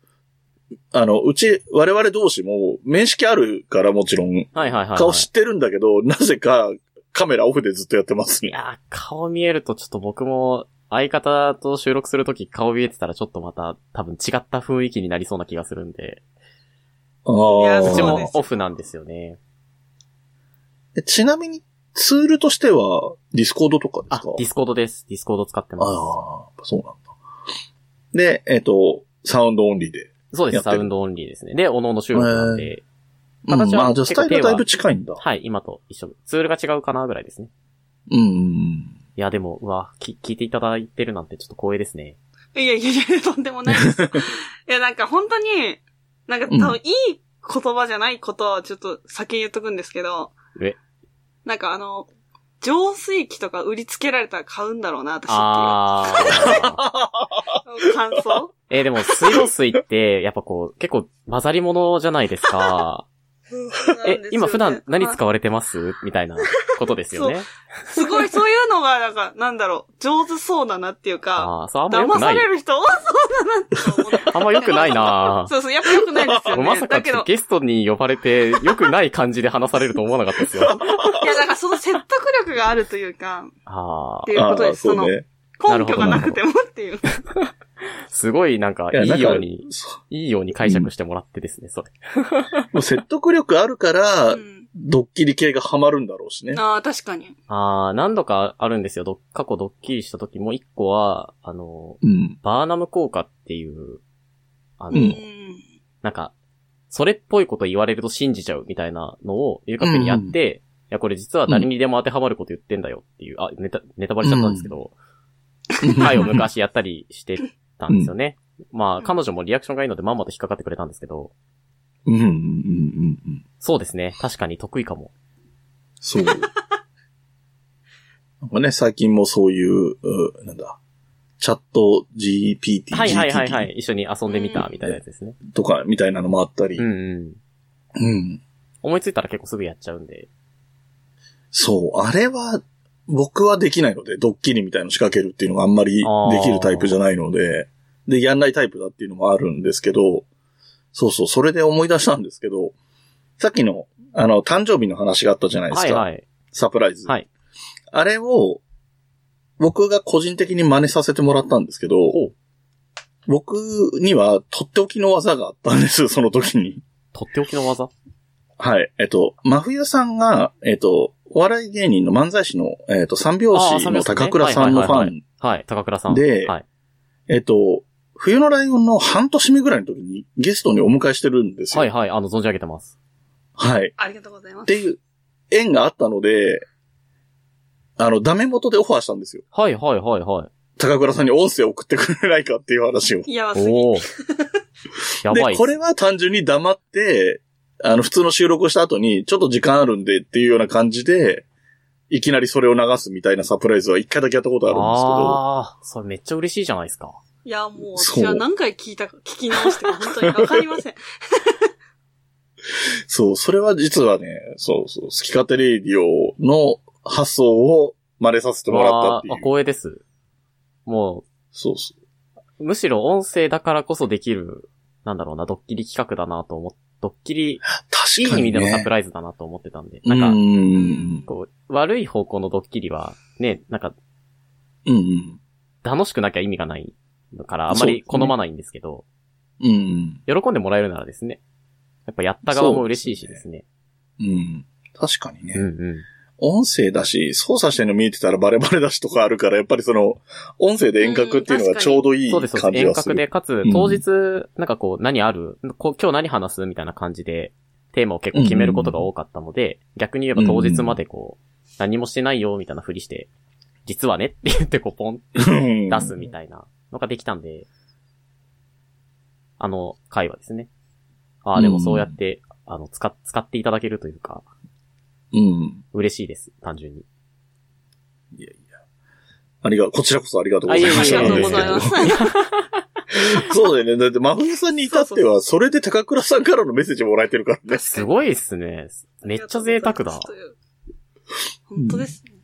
S1: あの、うち我々同士も面識あるからもちろん、
S3: はいはいはい、はい。
S1: 顔知ってるんだけど、なぜかカメラオフでずっとやってます
S3: い
S1: ね。
S3: やー、顔見えるとちょっと僕も、相方と収録するとき顔見えてたらちょっとまた多分違った雰囲気になりそうな気がするんで、
S1: あ
S2: や
S3: う
S2: そ
S3: ち
S2: うです
S3: もオフなんですよね。
S1: あ。ちなみにツールとしてはディスコードとかです
S3: あ
S1: か、
S3: ディスコードです。ディスコード使って
S1: あ
S3: ます。
S1: あー、そうなんだ。で、えっ、と、サウンドオンリーで。
S3: そうで
S1: や
S3: す。
S1: って
S3: サ
S1: る
S3: ウンドオンリーですね。で、おのおの収録なんで、
S1: うん、
S3: 形は
S1: まあ、じゃあスタイルだいぶ近いんだ。
S3: はい、今と一緒。ツールが違うかなぐらいですね。
S1: うんうんうん。
S3: いや、でも、うわ、き聞いていただいてるなんてちょっと光栄ですね。
S2: いやいやいや、とんでもないですよ。いや、なんか本当に、なんか 多
S1: うん
S2: 分いい言葉じゃないことをちょっと先に言っとくんですけど。
S3: え
S2: なんかあの、浄水器とか売りつけられたら買うんだろうな、私っ
S3: あー。
S2: ていう感想
S3: えーでも、水道水って、やっぱこう、結構混ざり物じゃないですか。え、今普段何
S2: う
S3: 使われ てますみたいなことですよね。
S2: すごい、そういうのが、なんか、なんだろう、上手そうだなっていうか、
S3: ああー、そう、あんま良
S2: 騙
S3: く
S2: さ
S3: ない。
S2: れる人 多そうだなって思った。
S3: あんま良くないな
S2: そうそう、やっぱ良くないですよね。
S3: まさか
S2: だけど、
S3: ゲストに呼ばれて良くない感じで話されると思わなかったですよ。
S2: いや、だからその説得力があるというか、
S3: ああ
S2: っていうこと
S1: あ
S2: で
S1: あ
S2: す。そ
S1: そう
S2: の、
S1: ね。
S2: 根拠がなくてもっていう。
S3: すごいなんか
S1: いや
S3: い
S1: なん
S3: い
S1: か
S3: ように、
S1: そ
S3: いいように解釈してもらってですね、それ。
S1: うもう説得力あるか
S2: う
S1: ら、
S2: ん、
S1: ドッキリ系がハマるんだろうしね。
S2: ああ、確かに。
S3: ああ、何度かあるんですよ。ど過去ドッキリした時も一個は、あの、
S1: うん。
S3: バーナム効果っていう、あの、
S1: う
S2: うんん。
S3: なんか、それっぽいこと言われると信じちゃうみたいなのを、ゆうかぺにやって、いや、これ実は誰にでも当てはまること言ってんだよっていう、あ、ネタ、ネタバレしちゃったんですけど、回を昔やったりしてたんですよね。まあ、彼女もリアクションがいいのでまんまと引っかかってくれたんですけど、
S1: うん、うん、うん、うんうん。
S3: そうですね。確かに得意かも。
S1: そう。なんかね、最近もそういう、うなんだ、チャット GPT
S3: はいはいはいは
S1: GPT
S3: い。一緒に遊んでみたみたいなやつですね。
S1: とかみたいなのもあったり、
S3: う
S1: うんん。
S3: うん。思いついたら結構すぐやっちゃうんで。
S1: そう、あれは、僕はできないので、ドッキリみたいの仕掛けるっていうのがあんまりできるタイプじゃないので、で、やんないタイプだっていうのもあるんですけど、そうそう、それで思い出したんですけど、さっきの、あの、誕生日の話があったじゃないですか。
S3: はいはい。
S1: サプライズ。
S3: はい
S1: あれを、僕が個人的に真似させてもらったんですけど
S3: お、
S1: 僕にはとっておきの技があったんです、 その時に。
S3: とっておきの技
S1: はい。えっと、真冬さんが、えっと、お笑い芸人の漫才師の、えっと、三拍
S3: あー
S1: 子
S3: 三拍子ね
S1: の高倉さんのファ
S3: はいはい
S1: ン、
S3: はい。高倉さん。
S1: で
S3: はい。
S1: えっと、冬のライオンの半年目ぐらいの時にゲストにお迎えしてるんですよ。
S3: はいはい。あの、存じ上げてます。
S1: はい。
S2: ありがとうございま
S1: っ
S2: す。
S1: ていう縁があったので、あの、ダメ元でオファーしたんですよ。
S3: はいはいはいはい。
S1: 高倉さんに音声送ってくれないかっていう話を。
S2: いやばすぎ。
S3: おお。 やばいっ。
S1: ですこれは単純に黙って、あの、普通の収録をした後に、ちょっと時間あるんでっていうような感じで、いきなりそれを流すみたいなサプライズは一回だけやったことあるんですけど、
S3: ああー、それめっちゃ嬉しいじゃないですか。
S2: いや、もう、
S1: そう
S2: 私は何回聞いたか、聞き直しても本当にわかりません。
S1: そう、それは実はね、そうそう、好き勝手レディオの発想を真似させてもらったってい
S3: わ
S1: う。
S3: ーあ光栄です。も、
S1: そうそう。
S3: むしろ音声だからこそできる、なんだろうな、ドッキリ企画だなと思っドッキリ、いうい
S1: 確か
S3: 意味
S1: に、ね。
S3: でのサプ
S1: ラ
S3: ライズだなと思ってたんで。
S1: う
S3: なんか、
S1: ん。
S3: こう、悪い方向のドッキリは、ね、なんか、
S1: うんうん。
S3: 楽しくなきゃ意味がないから、あんまり好まないんですけど、
S1: うん。
S3: 喜んでもらえるならですね。やっぱやった側も嬉しいしですね。
S1: うん。確かにね。
S3: うんう
S1: 音声だし、操作してるの見えてたらバレバレだしとかあるから、やっぱりその、音声で遠隔っていうのがちょうどい
S3: ん。
S1: い
S3: そ
S1: 感
S3: うです、
S1: じ
S3: そうです。遠
S1: がす
S3: 隔
S1: る。
S3: で、かつ
S1: ん、
S3: 当日、なんかこう、何ある、こう今日何話すみたいな感じで、テーマを結構決めることが多かったので、逆に言えば当日までこう、何もしてないよ、みたいなふりして、実はねって言ってこう、ポン
S1: うん
S3: 出すみたいなのができたんで、あの回はですね。ああ、でもそうやって、あの、使っ、使っていただけるというか、
S1: うん。
S3: 嬉しいです、単純に。
S1: ありが、こちらこそありがとうございま
S2: あ
S1: し
S2: り
S1: た
S2: が
S1: なん
S2: とう
S1: で
S2: ご
S1: すけ
S2: ざいま
S1: ど。
S2: す。
S1: そうだよね。だって、真冬さんに至っては、それで高倉さんからのメッセージもらえてるからね。
S3: すごいっすね。めっちゃ贅沢だ。
S2: 本当ですね。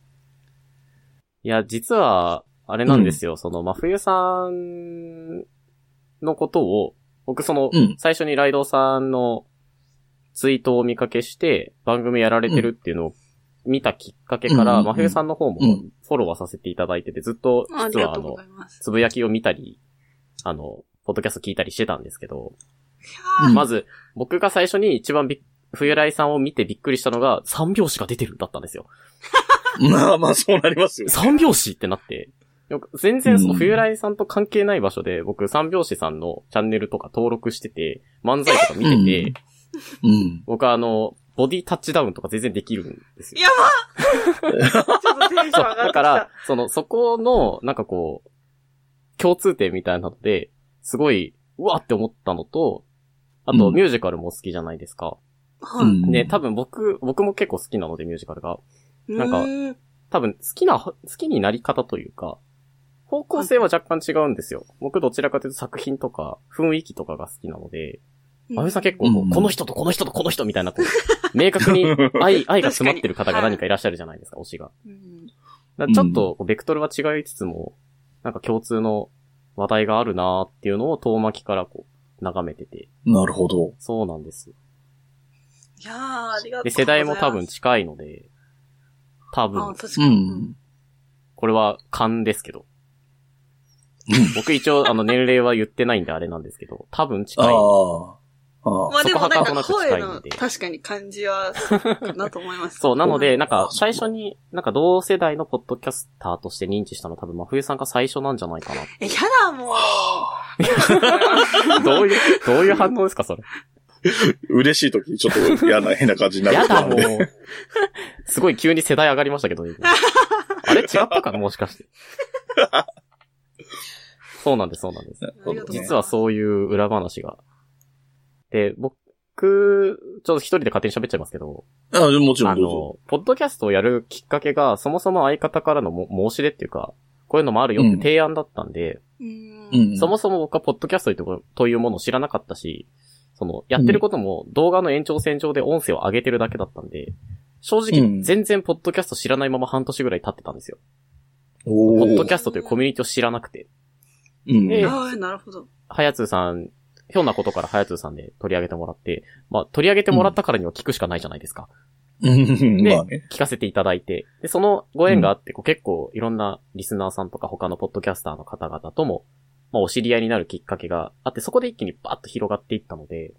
S3: いや、実は、あれなんですよ、その、真冬さんのことを、僕その、
S1: うん
S3: 最初にライドウさんのツイートをお見かけして、番組やられてるっていうのを見たきっかけから、
S1: うんうんうん
S3: 真冬さんの方も
S1: うん
S3: フォローはさせていただいてて、ずっと、
S2: あり
S3: 実
S2: が
S3: はあ
S2: とうご
S3: の
S2: ざ、います。
S3: つぶやきを見たり、あの、ポッドキャスト聞いたりしてたんですけど、
S1: うん
S3: まず、僕が最初に一番びっ冬来さんを見てびっくりしたのが、三拍子が出てるだったんですよ。
S1: まあまあ、そうなりますよ。
S3: 三拍子ってなって、よく全然その
S1: うん
S3: 冬来さんと関係ない場所で、僕三拍子さんのチャンネルとか登録してて、漫才とか見てて、
S1: うん。
S3: 僕はあの、ボディタッチダウンとか全然できるんですよ。
S2: やばちょっとテン ション上がってき
S3: だ
S2: た。
S3: から、その、そこの、なんかこう、共通点みたいなので、すごい、うわって思ったのと、あと、
S1: うん
S3: ミュージカルも好きじゃないですか。
S2: はい
S3: ね、多分僕、僕も結構好きなので、ミュージカルが。なんか
S2: うーん
S3: 多分好きな、好きになり方というか、方向性は若干違うんですよ。僕どちらかというと作品とか、雰囲気とかが好きなので、まゆみさん結構、
S1: うん
S3: この人とこの人とこの人みたいな、こう、明確に愛、愛が詰まってる方
S2: 確
S3: が
S2: かに
S3: 何かいらっしゃるじゃないですか、推しが。
S2: うん
S3: だからちょっと、ベクトルは違いつつも、なんか共通の話題があるなーっていうのを遠巻きからこう、眺めてて。
S1: なるほど。
S3: そうなんです。
S2: いやー、ありがとうございます。
S3: で、世代も多分近いので、多
S2: あ、
S3: 分、
S2: 確か
S1: う
S2: に。
S1: ん。
S3: これは勘ですけど。僕一応、あの、年齢は言ってないんであれなんですけど、多分近
S1: あ
S3: い。
S1: あ。ああ。
S2: まあでもなんか
S3: そこは
S2: 声
S3: なんとな
S2: の
S3: く近いんで
S2: 確かに感じは、かなと思います。
S3: そう、なので、なん
S1: あ
S3: か
S1: そ、う
S3: 最初に、なんか同世代のポッドキャスターとして認知したの多分、真冬さんが最初なんじゃないかな。
S2: え、やだ、もう。
S3: どういう、どういう反応ですか、それ。
S1: 嬉しい時、ちょっと嫌 な、変な感じになる
S3: や
S1: こと
S3: だ、
S1: なん
S3: も
S1: で。
S3: う。すごい急に世代上がりましたけどね。今あれ違ったかな、もしかして。そうなんです、そうなんです。
S2: ありがとうございます
S3: 実はそういう裏話が。で、僕、ちょっと一人で勝手に喋っちゃいますけど、
S1: あ、もちろ
S3: あ
S1: んどうぞ。
S3: の、ポッドキャストをやるきっかけが、そもそも相方からのも申し出っていうか、こういうのもあるよって提案だったんで、
S2: うん
S1: う。ん。
S3: そもそも僕はポッドキャストというもというものを知らなかったし、その、やってることも動画の延長線上で音声を上げてるだけだったんで、正
S1: うん
S3: 直、全然ポッドキャスト知らないまま半年ぐらい経ってたんですよ。
S1: お
S3: ポッ
S1: ー
S3: ドキャストというコミュニティを知らなくて。
S1: うん
S3: で
S2: ああ、なるほど。
S3: はやつーさん、ひょんなことからはやつーさんで取り上げてもらって、まあ、取り上げてもらったからには聞くしかないじゃないですか。
S1: うん。まあね。
S3: 聞かせていただいて、で、そのご縁があって、こう結構いろんなリスナーさんとか他のポッドキャスターの方々とも、まあ、お知り合いになるきっかけがあって、そこで一気にバーッと広がっていったので、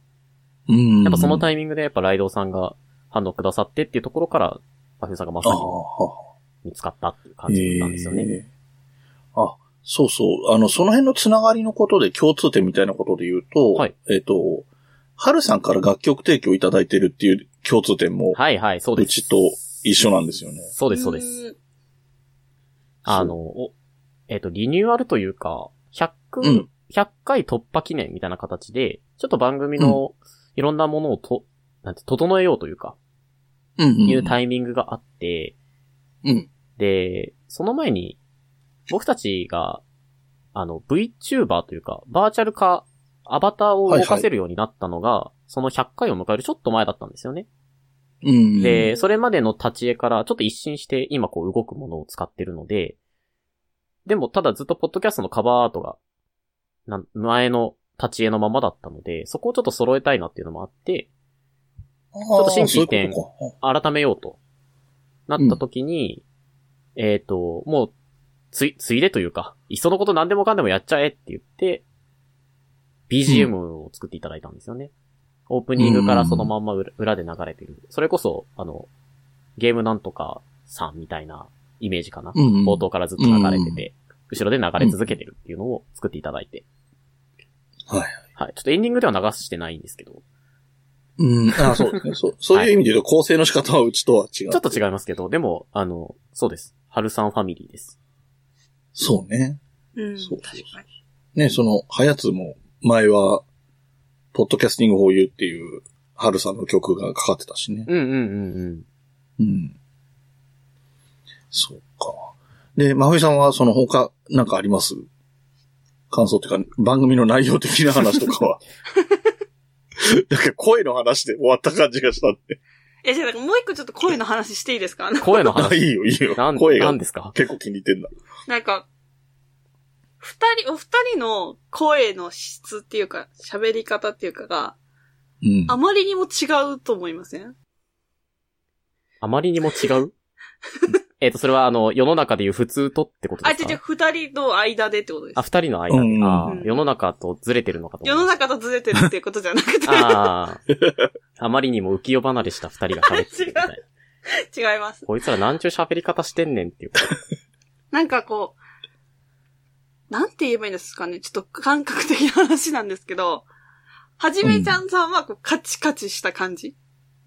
S1: うん。
S3: やっぱその
S1: イ
S3: タイミングでやっぱライドウさんが反応くださってっていうところから、パフューさんがまさ
S1: あ
S3: に
S1: あ。
S3: 見つかったっていう感じなんですよね。
S1: ええあ、そうそう。あの、その辺のつながりのことで共通点みたいなことで言うと、
S3: はい
S1: えっ、と、ハルさんから楽曲提供いただいてるっていう共通点も、
S3: はいはい、そ
S1: う
S3: うです。
S1: ちと一緒なんですよね。
S3: そうです、そうです。
S2: ん。
S3: あの、おえっ、と、リニューアルというか、100、
S1: うん
S3: 100回突破記念みたいな形で、ちょっと番組のいろんなものをと、なんて、整えようというか、
S1: うん、うん。
S3: いうタイミングがあって、
S1: うん。
S3: で、その前に、僕たちが、あの、VTuber というか、バーチャル化、アバターを動かせるようになったのが、その100回を迎えるちょっと前だったんですよね。
S1: うん。
S3: で、それまでの立ち絵からちょっと一新して、今こう動くものを使ってるので、でもただずっとポッドキャストのカバーアートが、なん前の立ち絵のままだったので、そこをちょっと揃えたいなっていうのもあって、
S1: ち
S3: ょっと新規移転
S1: そういうこ
S3: 改めようとなった時に、えっ、と、もう、つい、ついでというか、いっそのこと何でもかんでもやっちゃえって言って、BGM を作っていただいたんですよね。オープニングからそのまんま裏裏で流れてる。それこそ、あの、ゲームなんとかさんみたいなイメージかな。
S1: とか。うん。
S3: 冒頭からずっと流れてて、後ろで流れ続けてるっていうのを作っていただいて。
S1: はいはい。
S3: はい。ちょっとエンディングでは流してないんですけど、
S1: うん。あ、そうですね。そう、そういう意味で言うと構成の仕方はうちとは違う。
S3: ちょっと違いますけど、でも、あの、そうです。春さんファミリーです。
S1: そうね。
S2: うん。
S1: そう
S2: 確かに。
S1: ね、その、はやつも、前は、ポッドキャスティング for you っていう、ハルさんの曲がかかってたしね。
S3: うんうんうんうん。
S1: うん。そうか。で、まふいさんはその他、なんかあります感想っていうか、番組の内容的な話とか は。なんか声の話で終わった感じがしたって。
S2: え、じゃあ、もう一個ちょっと声の話していいですか
S3: 声の
S1: あ、い
S3: 話。
S1: いよ、いいよ
S3: なん、。
S1: 声
S3: な
S1: が
S3: んですか
S1: 結構気に入ってんだ。
S2: なんか、二人、お二人の声の質っていうか、喋り方っていうかが、
S1: うん。
S2: あまりにも違うと思いません
S3: あまりにも違う えっと、それはあの、世の中でいう普通とってこと
S2: あ、
S3: で
S2: 違う
S3: す
S2: 違う、
S3: か
S2: 二人の間でってことです
S3: あ、。二人の間
S1: う
S3: に。
S1: ん
S3: あー
S2: うん
S3: 世の中とずれてるのかと思
S2: 世
S3: いま
S2: の
S3: した。
S2: 中とずれてるっていうことじゃなくて、
S3: ああ。あまりにも浮世離れした二人が喋ってるみ たい な。
S2: 違います。
S3: こいつらなんちゅう喋り方してんねんっていうか。
S2: なんかこう、なんて言えばいいんですかね。ちょっと感覚的な話なんですけど、はじめちゃんさんはこうカチカチした感じ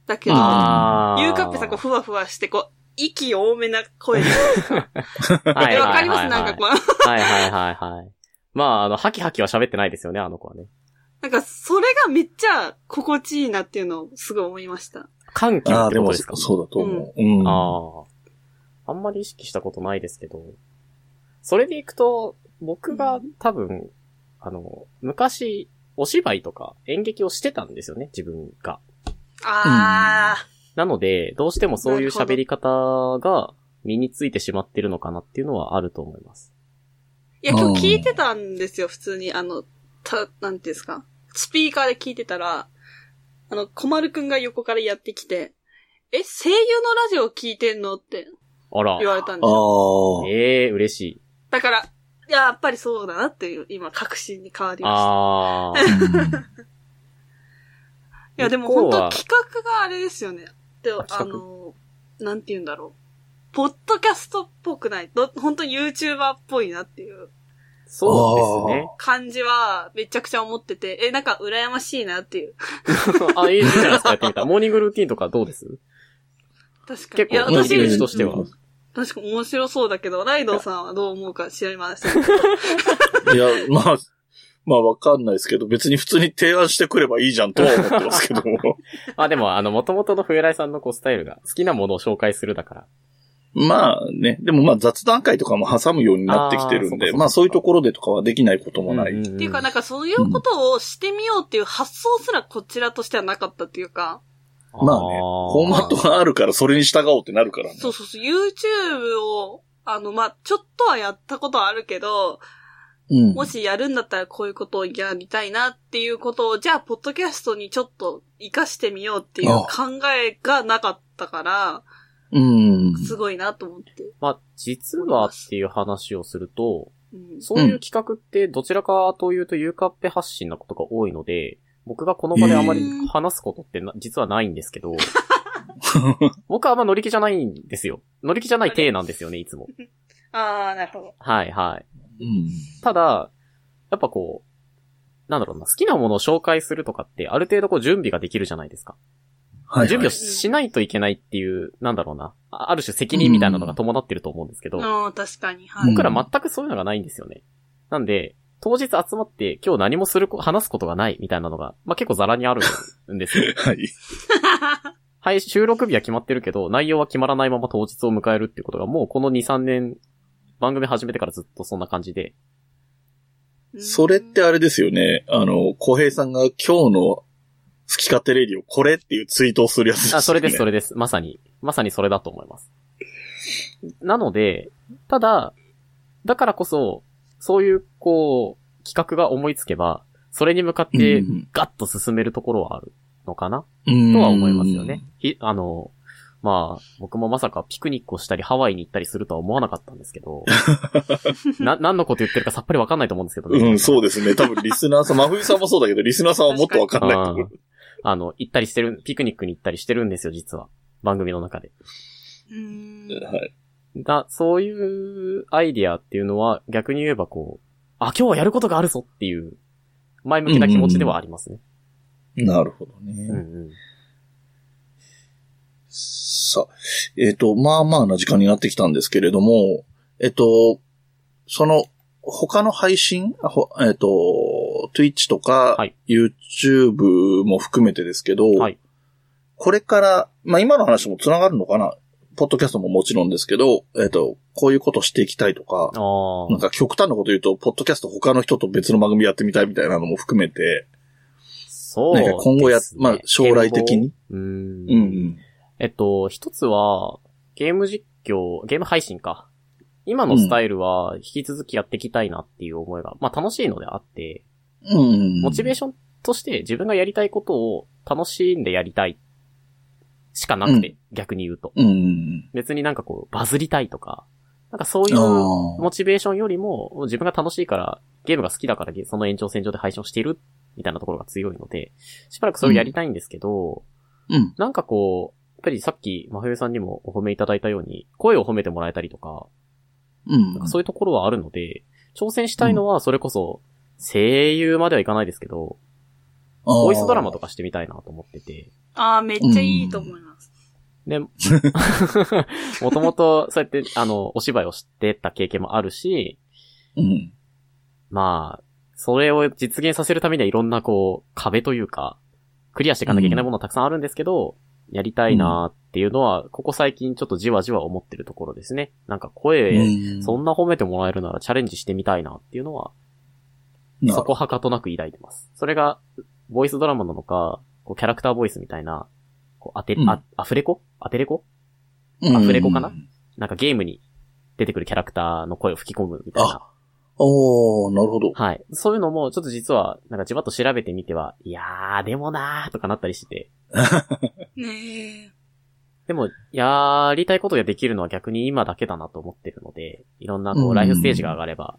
S2: だけど、
S1: あ
S3: ー
S2: ゆうかっぺさんこうふわふわして、こう、息多めな声で。
S3: はい
S2: え
S3: はい
S2: わか
S3: はい
S2: り
S3: は
S2: ま
S3: い
S2: すなんかこう、
S3: はいはいはいはい。まあ、あの、ハキハキは喋ってないですよね、あの子はね。
S2: なんかそれがめっちゃ心地いいなっていうのをすごい思いました。
S3: 歓喜
S1: あ
S3: っ
S1: ー
S3: て
S1: で
S3: こと
S1: も、
S3: ですか
S1: そうだと思う。うん。
S3: ああ。あんまり意識したことないですけど、それでいくと、僕が多分、あの、昔、お芝居とか演劇をしてたんですよね、自分が。
S2: ああ、
S3: なので、どうしてもそういう喋り方が身についてしまってるのかなっていうのはあると思います。
S2: いや、今日聞いてたんですよ、普通に。あの、た、なんていうんですか。スピーカーで聞いてたら、あの、小丸くんが横からやってきて、え、声優のラジオ聞いてんのって
S3: あら。
S2: 言われたんで
S1: あ
S2: すよ。
S1: あ。
S3: ええ嬉しい。
S2: だから、いややっぱりそうだなっていう、今、確信に変わりまし
S3: ああ。
S2: た。いや、でも
S3: 向こ
S2: 本
S3: うは
S2: 当企画があれですよね。で、
S3: あ
S2: あ
S3: 企画
S2: の、なんて言うんだろう。ポッドキャストっぽくない。ど本当 YouTuber っぽいなっていう。
S3: そうで
S2: 感じは、めちゃくちゃ思ってて、え、なんか羨ましいなっていう。
S3: すね。あ、いいじゃないですか、やってみた。 モーニングルーティンとかどうです
S2: 確かに。
S3: 結構
S2: いや、
S3: モーニングルーティン
S2: 私、
S3: としては。
S2: 確かに面白そうだけど、ライドウさんはどう思うか知りません。
S1: いや、まあ、まあわかんないですけど、別に普通に提案してくればいいじゃんとは思ってますけど も。
S3: あ、でも、あの、元々の冬来さんのこうスタイルが好きなものを紹介するだから。
S1: まあね、でもまあ雑談会とかも挟むようになってきてるん
S3: あーそうかそ
S1: で、
S3: うか
S1: まあそういうところでとかはできないこともない。
S3: んんん
S2: っていうか、なんかそういうことをしてみようっていう発想すらこちらとしてはなかったっていうか、
S1: まあね、フォーマットがあるからそれに従おうってなるからね。
S2: そうそうそう、YouTube を、あの、まあ、ちょっとはやったことあるけど、
S1: うん
S2: もしやるんだったらこういうことをやりたいなっていうことを、じゃあ、ポッドキャストにちょっと活かしてみようっていう考えがなかったから、
S1: うん。
S2: すごいなと思って。
S3: まあ、実はっていう話をすると、
S2: うん
S3: そういう企画ってどちらかというとゆうかっぺ発信なことが多いので、僕がこの場であまり話すことってな実はないんですけど、僕はあんま乗り気じゃないんですよ。乗り気じゃない体なんですよね、いつも。
S2: ああ、なるほど。
S3: はいはい。
S1: うん
S3: ただ、やっぱこう、なんだろうな、好きなものを紹介するとかって、ある程度こう準備ができるじゃないですか。
S1: はい、
S3: 準備を
S1: し
S3: しないといけないっていう、なんだろうな、あある種責任みたいなのが伴ってると思うんですけど、
S2: ああ、確かに。はい。
S3: 僕ら全くそういうのがないんですよね。なんで、当日集まって今日何もするこ、話すことがないみたいなのが、まあ、結構ザラにあるんです よ。
S1: はい。
S3: はい、収録日は決まってるけど、内容は決まらないまま当日を迎えるっていうことが、もうこの2、3年、番組始めてからずっとそんな感じで、
S2: うん
S1: それってあれですよね。あの、小平さんが今日の好き勝手レディをこれっていうツイートをするやつです、ね。
S3: あ、それ です、そ
S1: れ。
S3: れです。まさに、まさにそれだと思います。なので、ただ、だからこそ、そういう、こう、企画が思いつけば、それに向かって、ガッと進めるところはあるのかな、
S1: うん
S3: とは思いますよね。。ひ、あの、まあ、僕もまさかピクニックをしたりハワイに行ったりするとは思わなかったんです けど、な、何のこと言ってるかさっぱりわかんないと思うんですけどね。
S1: うん、そうですね。多分リスナーさん、真冬さんもそうだけど、リスナーさんはもっとわかんないと思う。
S3: あの、行ったりしてる、ピクニックに行ったりしてるんですよ、実は。番組の中で。
S2: うん。
S1: はい。
S3: だ、そういうアイディアっていうのは逆に言えばこう、あ、今日はやることがあるぞっていう、前向きな気持ちではありますね。
S1: なるほど
S3: うん
S1: ね。
S3: うん。
S1: さあ、えっ、と、まあまあな時間になってきたんですけれども、えっ、と、その、他の配信、あほえっ、と、Twitch とか、
S3: はい
S1: YouTube も含めてですけど、
S3: はい
S1: これから、まあ今の話も繋がるのかなポッドキャストももちろんですけど、えっ、と、こういうことしていきたいとか、
S3: あ
S1: なんか極端なこと言うと、ポッドキャスト他の人と別の番組やってみたいみたいなのも含めて、
S3: あ、そう
S1: な
S3: です、
S1: ん
S3: ね。
S1: か今後や、まあ将来的に。
S3: 展望。うん。
S1: うんうん。
S3: えっと、一つは、ゲーム実況、ゲーム配信か。今のスタイルは引き続きやっていきたいなっていう思いが、まあ楽しいのであって、
S1: うん。
S3: モチベー
S1: シ
S3: ションとして自分がやりたいことを楽しんでやりたい。しかなくて、
S1: う
S3: 逆に言うと。
S1: ョン。うん。
S3: 別になんかこう、バズりたいとか、なんかそういう
S1: あ
S3: モチベーションよりも、自分が楽しいから、ゲームが好きだから、ゲその延長線上で配信をしている、みたいなところが強いので、しばらくそれをやりたいんですけど、
S1: ーうん。
S3: なんかこう、やっぱりさっき、まふゆさんにもお褒めいただいたように、声を褒めてもらえたりとか、
S1: うん。
S3: なんかそういうところはあるので、挑戦したいのは、それこそ、声優まではいかないですけど、ボイスドラマ
S1: と
S3: とかしてみたいなと思ってて、
S2: ああ、めっちゃいいと思います。
S3: で、もともと、そうやって、あの、お芝居をしてた経験もあるし、
S1: うん。
S3: まあ、それを実現させるためにはいろんなこう、壁というか、クリアしていかなきゃいけないものはたくさんあるんですけど、やりたいなーっていうのは、ここ最近ちょっとじわじわ思ってるところですね。なんか声、
S1: うん
S3: そんな褒めてもらえるならチャレンジしてみたいなっていうのは、
S1: なる
S3: そ
S1: ほど
S3: こはかとなく抱いてます。それが、ボイスドラマなのか、こうキャラクターボイスみたいな、こう当て、
S1: うん
S3: あアフレコアテレコアフレコかななんかゲームに出てくるキャラクターの声を吹き込むみたいな。
S1: おー、なるほど。
S3: はい。そういうのも、ちょっと実は、なんかじわっと調べてみては、いやー、でもなーとかなったりしてて。
S2: ねえ。
S3: でも、やりたいことができるのは逆に今だけだなと思ってるので、いろんなこ
S1: う
S3: う、
S1: ん
S3: ライフステージが上がれば、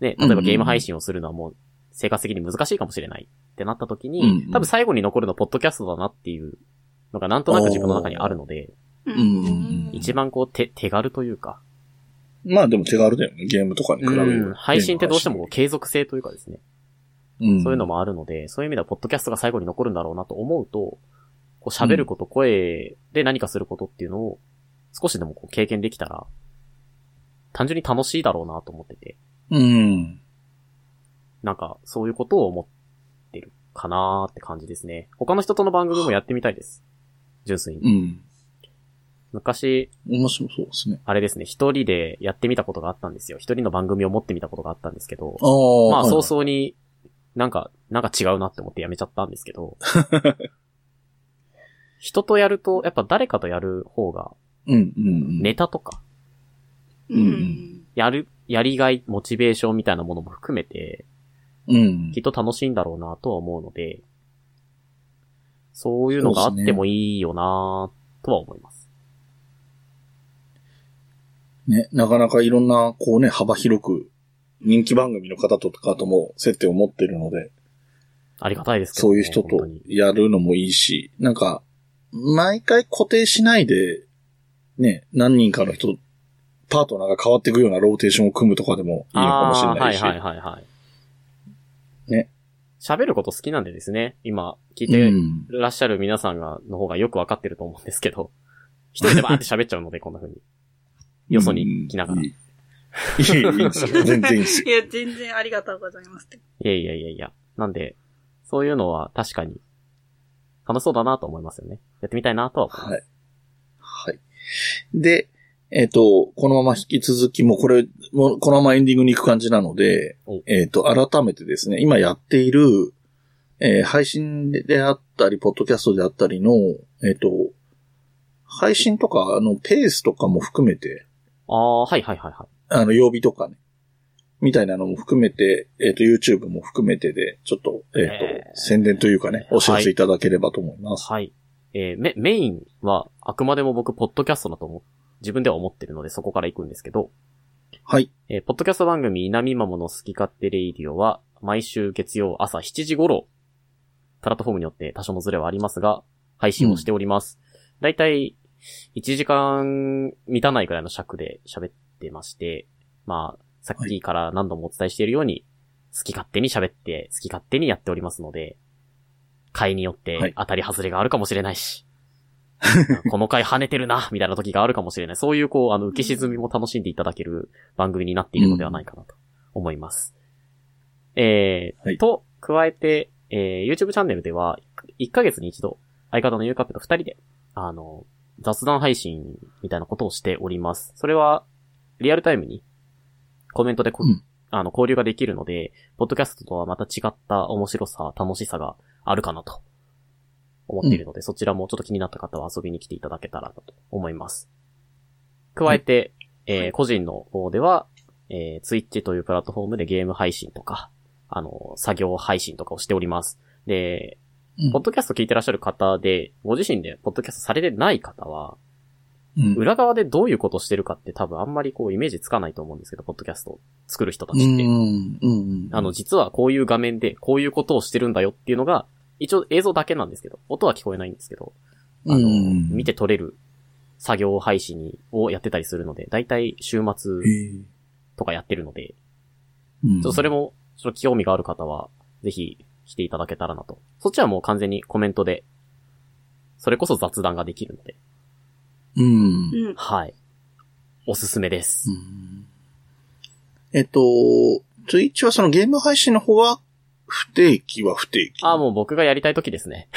S3: ね、例え
S1: う
S3: ば
S1: ん
S3: ゲーム配信をするのはもう、生活的に難しいかもしれないってなった時
S1: うん
S3: に、多分最後に残るのはポッドキャストだなっていうのがなんとなく自分の中にあるので、
S2: う
S1: うん
S2: ん。
S3: 一番こう、手、手軽というか、
S1: まあでも手軽だよね、ゲームとかに比べ
S3: う
S1: る
S3: ん配信ってどうしてもこう継続性というかですね、そういうのもあるので、そういう意味では、ポッドキャストが最後に残るんだろうなと思うと、こう喋ること、声で何かすることっていうのを、少しでもこう経験できたら、単純に楽しいだろうなと思ってて、
S1: うん。
S3: なんか、そういうことを思ってるかなーって感じですね。他の人との番組もやってみたいです。純粋
S1: う
S3: に。
S1: ん。
S3: 昔、
S1: 面白そうですね。
S3: あれですね、一人でやってみたことがあったんですよ。一人の番組を持ってみたことがあったんですけど、
S1: ああ。
S3: まあ、
S1: はい
S3: 早々に、なんか、なんか違うなって思ってやめちゃったんです けど。人とやると、やっぱ誰かとやる方が、
S1: うんうんうん。
S3: ネタとか、
S2: う。
S1: うん
S3: やる、やりがい、モチベーションみたいなものも含めて、
S1: うん
S3: きっ。と楽しいんだろうなとは思うので、そういうのがあってもいいよなとは思います。
S1: ね、なかなかいろんな、こうね、幅広く、人気番組の方とかとも接点を持ってるので、
S3: ありがたいですけど、
S1: そういう人
S3: 本
S1: と
S3: 当に
S1: やるのもいいし、なんか、毎回固定しないで、ね、何人かの人、パートナーが変わっていくようなローテーションを組むとかでもいいのかもしれないし。
S3: あーはいはいはいはい。
S1: ね。
S3: 喋ること好きなんでですね、今、聞いて
S1: うん。
S3: いらっしゃる皆さんが、の方がよくわかってると思うんですけど、 一人でバーって喋っちゃうので、こんな風に。 よそに来ながら。
S1: うんい
S3: い
S1: いいい、いいんですよ。全然いいんですよ。
S2: いや、全然ありがとうございますって。
S3: やいやいやいや。なんで、そういうのは確かに、楽しそうだなと思いますよね。やってみたいなとは思います。
S1: はい。はい。で、えっ、と、このまま引き続き、もうこれ、もうこのままエンディングに行く感じなので
S3: お、
S1: えっ、と、改めてですね、今やっている、えー配信であったり、ポッドキャストであったりの、えっ、と、配信とか、あの、ペースとかも含めて、
S3: ああ、はいはいはいはい。
S1: あの、曜日とかね、みたいなのも含めて、えっ、と、YouTube も含めてで、ちょっと、えっ、と、
S3: えー
S1: 宣伝というかね、お知らせいただければと思います。
S3: はい。えーメ、メインは、あくまでも僕、ポッドキャストだと思、自分では思ってるので、そこから行くんですけど、
S1: はい。
S3: えーポッドキャスト番組、稲見まもの好き勝手レイディオは、毎週月曜朝7時頃、プラットフォームによって多少のズレはありますが、配信をしております。だいたい、1時間満たないくらいの尺で喋ってまして、まあ、さっきから何度もお伝えしているように、好き勝手に喋って、好き勝手にやっておりますので、回によっ
S1: はい
S3: て当たり外れがあるかもしれないし、 この回跳ねてるな、みたいな時があるかもしれない。そういう、こう、あの、浮き沈みも楽しんでいただける番組になっているのではないかなと思います。えー
S1: はい
S3: と、加えて、えー YouTube チャンネルでは、1ヶ月に一度、相方のユーカップと2人で、あの、雑談配信みたいなことをしております。それは、リアルタイムに、コメントでこ、
S1: うん
S3: あの、交流ができるので、ポッドキャストとはまた違った面白さ、楽しさがあるかなと、思っているので、そちらもちょっと気になった方は遊びに来ていただけたらなと思います。加えて、えー個人の方では、えー、Twitch というプラットフォームでゲーム配信とか、あの、作業配信とかをしております。で、
S1: うん
S3: ポッドキャスト聞いてらっしゃる方で、ご自身でポッドキャストされてない方は、
S1: うん
S3: 裏側でどういうことしてるかって多分あんまりこうイメージつかないと思うんですけど、ポッドキャストを作る人た
S1: う
S3: ちって。
S1: んうん。
S3: あの、実はこういう画面でこういうことをしてるんだよっていうのが、一応映像だけなんですけど、音は聞こえないんですけど、あの、
S1: うん
S3: 見て取れる作業配信にをやってたりするので、だいたい週
S1: へ
S3: 末
S1: え
S3: とかやってるので、
S1: うん
S3: ちょっとそれも、ちょっと興味がある方は、ぜひ来ていただけたらなと。そっちはもう完全にコメントで、それこそ雑談ができるので、
S1: うん。うん
S2: う ん。
S3: はい。おすすめです。
S1: えっと、ツイッチはそのゲーム配信の方は、不定期は不定期。
S3: ああ、もう僕がやりたい時ですね。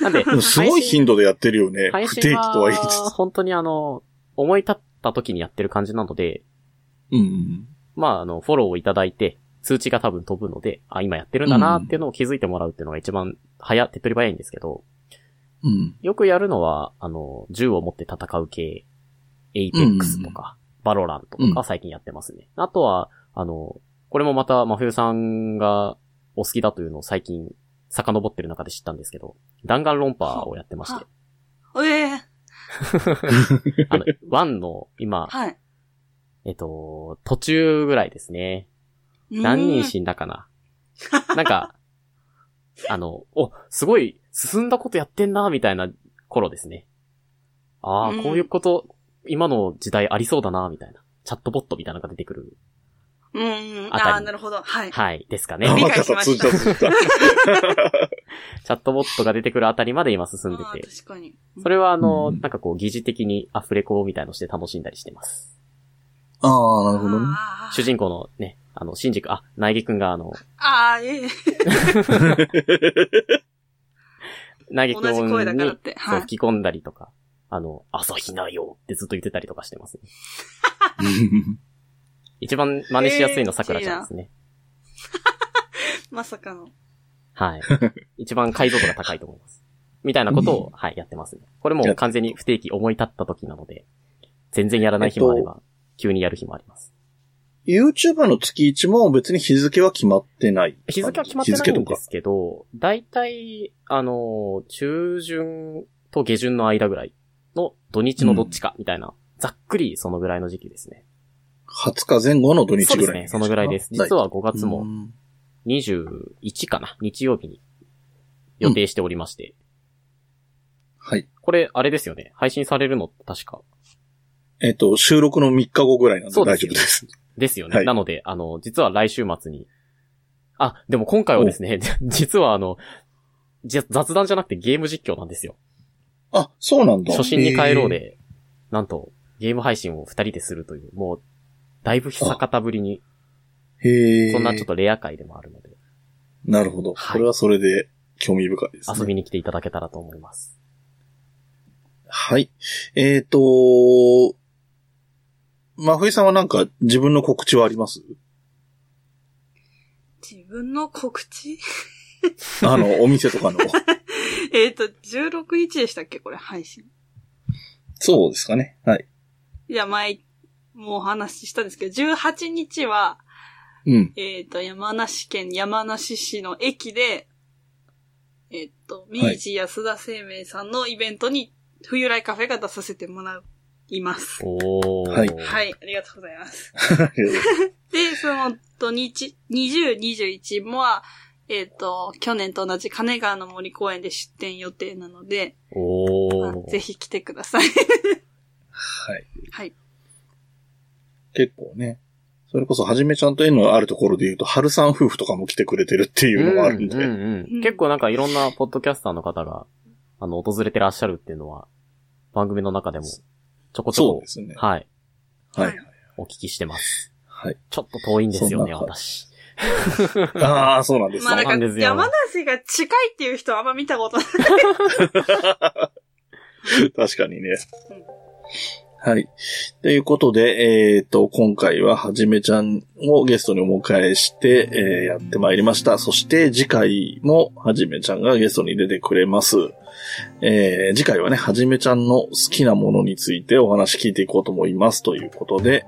S3: なんで、
S1: でもすごい頻度でやってるよね。
S3: 配
S1: 不
S3: 信
S1: 定期とは言いつ
S3: は
S1: つ。
S3: 本当にあの、思い立った時にやってる感じなので、
S1: うん。
S3: まあ、あの、フォローをいただいて、通知が多分飛ぶので、あ、今やってるんだなーっていうのを気づいてもらうっていうのが一番早、手っ取り早いんですけど、
S1: うん。
S3: よくやるのは、あの、銃を持って戦う系、エイペックスとか、バロラントと
S1: う
S3: か
S1: ん
S3: 最近やってますね。あとは、あの、これもまた、真冬さんがお好きだというのを最近、遡ってる中で知ったんですけど、弾丸論破をやってまして、
S2: ええ
S3: あの、ワンの、今、
S2: はい。
S3: えっと、途中ぐらいですね。
S2: うーん
S3: 何人死んだかな。な んか、あの、お、すごい、進んだことやってんな、みたいな頃ですね。ああ、
S2: うん
S3: こういうこと、今の時代ありそうだな、みたいな。チャットボットみたいなのが出てくる。
S2: うんうん。
S3: あたり
S2: ああ、なるほど。はい。
S3: はい、ですかね。
S1: あ、
S2: 理
S1: ま
S2: 解
S1: た
S2: し
S1: さ、
S2: まし
S1: 通じ
S2: た
S1: た通じた。
S3: チャットボットが出てくるあたりまで今進んで
S2: あ
S3: て
S2: ー。確かに。
S3: それはあの、
S1: うん
S3: なんかこう、疑似的にアフレコみたいのして楽しんだりしてます。
S1: ああ、な
S2: あ
S1: るほどね。
S2: ー
S3: 主人公のね、あの、新宿、あ、苗木くんがあの、
S2: あー、ええ
S3: 苗木く
S2: 同じ声だ
S3: ん
S2: からっ
S3: に
S2: て。
S3: そ
S2: は
S3: う
S2: い。
S3: 吹き込んだりとか、あの、朝日奈よってずっと言ってたりとかしてます、ね。一番真似しやすいの桜ちゃんですね。
S2: まさかの。
S3: はい。一番解像度が高いと思います。みたいなことを、はい、やってますね。これもう完全に不定期思い立った時なので、全然やらない日もあれば、急にやる日もあります。
S1: YouTube の月1も別に日付は決まってない。
S3: 日付は決まってないんですけど、だいたい、あの、中旬と下旬の間ぐらいの土日のどっちか、みたいな、ざっくりそのぐらいの時期ですね。
S1: 日付とか。20日前後の土日
S3: そう
S1: ぐ
S3: で
S1: ら
S3: す
S1: い
S3: ね、そのぐらいです。実は5月も
S1: うん
S3: 21かな、日曜日に予定しておりまして、
S1: はい。
S3: これ、あれですよね。配信されるの、確か。
S1: えっと、収録の3日後ぐらいなんで
S3: そう
S1: 大
S3: で
S1: 丈
S3: す
S1: 夫です。
S3: ですよね。
S1: はい
S3: なので、あの、実は来週末に。あ、でも今回はですね、 実はあの、じゃ雑談じゃなくてゲーム実況なんですよ。
S1: あ、そうなんだ。
S3: 初心に帰ろうで、なんと、ゲーム配信を二人でするという、もう、だいぶ久方ぶりに、
S1: へえ。
S3: そんなちょっ
S1: と。
S3: とレア回でもあるので、
S1: なるほど。
S3: はい
S1: これはそれで興味深いです、ね。
S3: 遊びに来ていただけたらと思います。
S1: はい。えっ、と、まふいさんはなんか自分の告知はあり ます
S2: 自分の告知
S1: あの、お店とかの。
S2: えっと、16日でしたっけこれ、配信。
S1: そうですかね。はい。
S2: いや、前、もうお話ししたんですけど、18日は、
S1: うん。
S2: えっ、と、山梨県山梨市の駅で、えっ、と、
S1: はい
S2: 明治安田生命さんのイベントに、冬来カフェが出させてもらいます。
S3: おー。。
S1: はい
S2: はいい、ありがとうございます。で、その土日、20、21もは、えっ、と、去年と同じ金川の森公園で出店予定なので、
S3: お
S2: ま
S3: ー
S2: あ。ぜひ来てください。
S1: はい。
S2: はい。
S1: 結構ね。それこそ、はじめちゃんと縁のあるところで言うと、春さん夫婦とかも来てくれてるっていうのがあるんで。
S3: うんうんう、
S2: うんん
S3: 結構なんかいろんなポッドキャスターの方が、あの、訪れてらっしゃるっていうのは、番組の中でも、ちょこち
S1: そう
S3: ょこ
S1: で、すね。
S3: はい、
S1: はい。
S3: お聞きしてます。
S1: はい。
S3: ちょっと遠いんですよ
S1: そん
S3: ね、
S1: な
S3: 私。
S1: ああ、そうなんです
S2: まあ
S1: ね。
S2: な
S3: そうな
S2: んか
S3: んです、よ
S2: 山梨が近いっていう人はあんま見たことない。
S1: 確かにね。はい。ということで、えっ、と、今回ははじめちゃんをゲストにお迎えして、えーやってまいりました。そして次回もはじめちゃんがゲストに出てくれます。えー次回はね、はじめちゃんの好きなものについてお話聞いていこうと思います。ということで、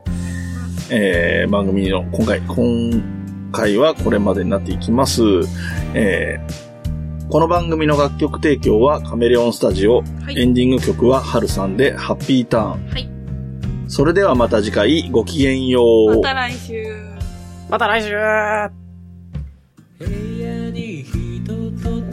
S1: えー番組の今回、今回はこれまでになっていきます。えーこの番組の楽曲提供はカメレオンスタジオ、
S2: は
S1: エンディング曲はハルさんでハッピーターン。
S2: はい
S1: それではまた次回ごきげんよう。
S2: また来週。
S3: また来週
S5: 部屋に人と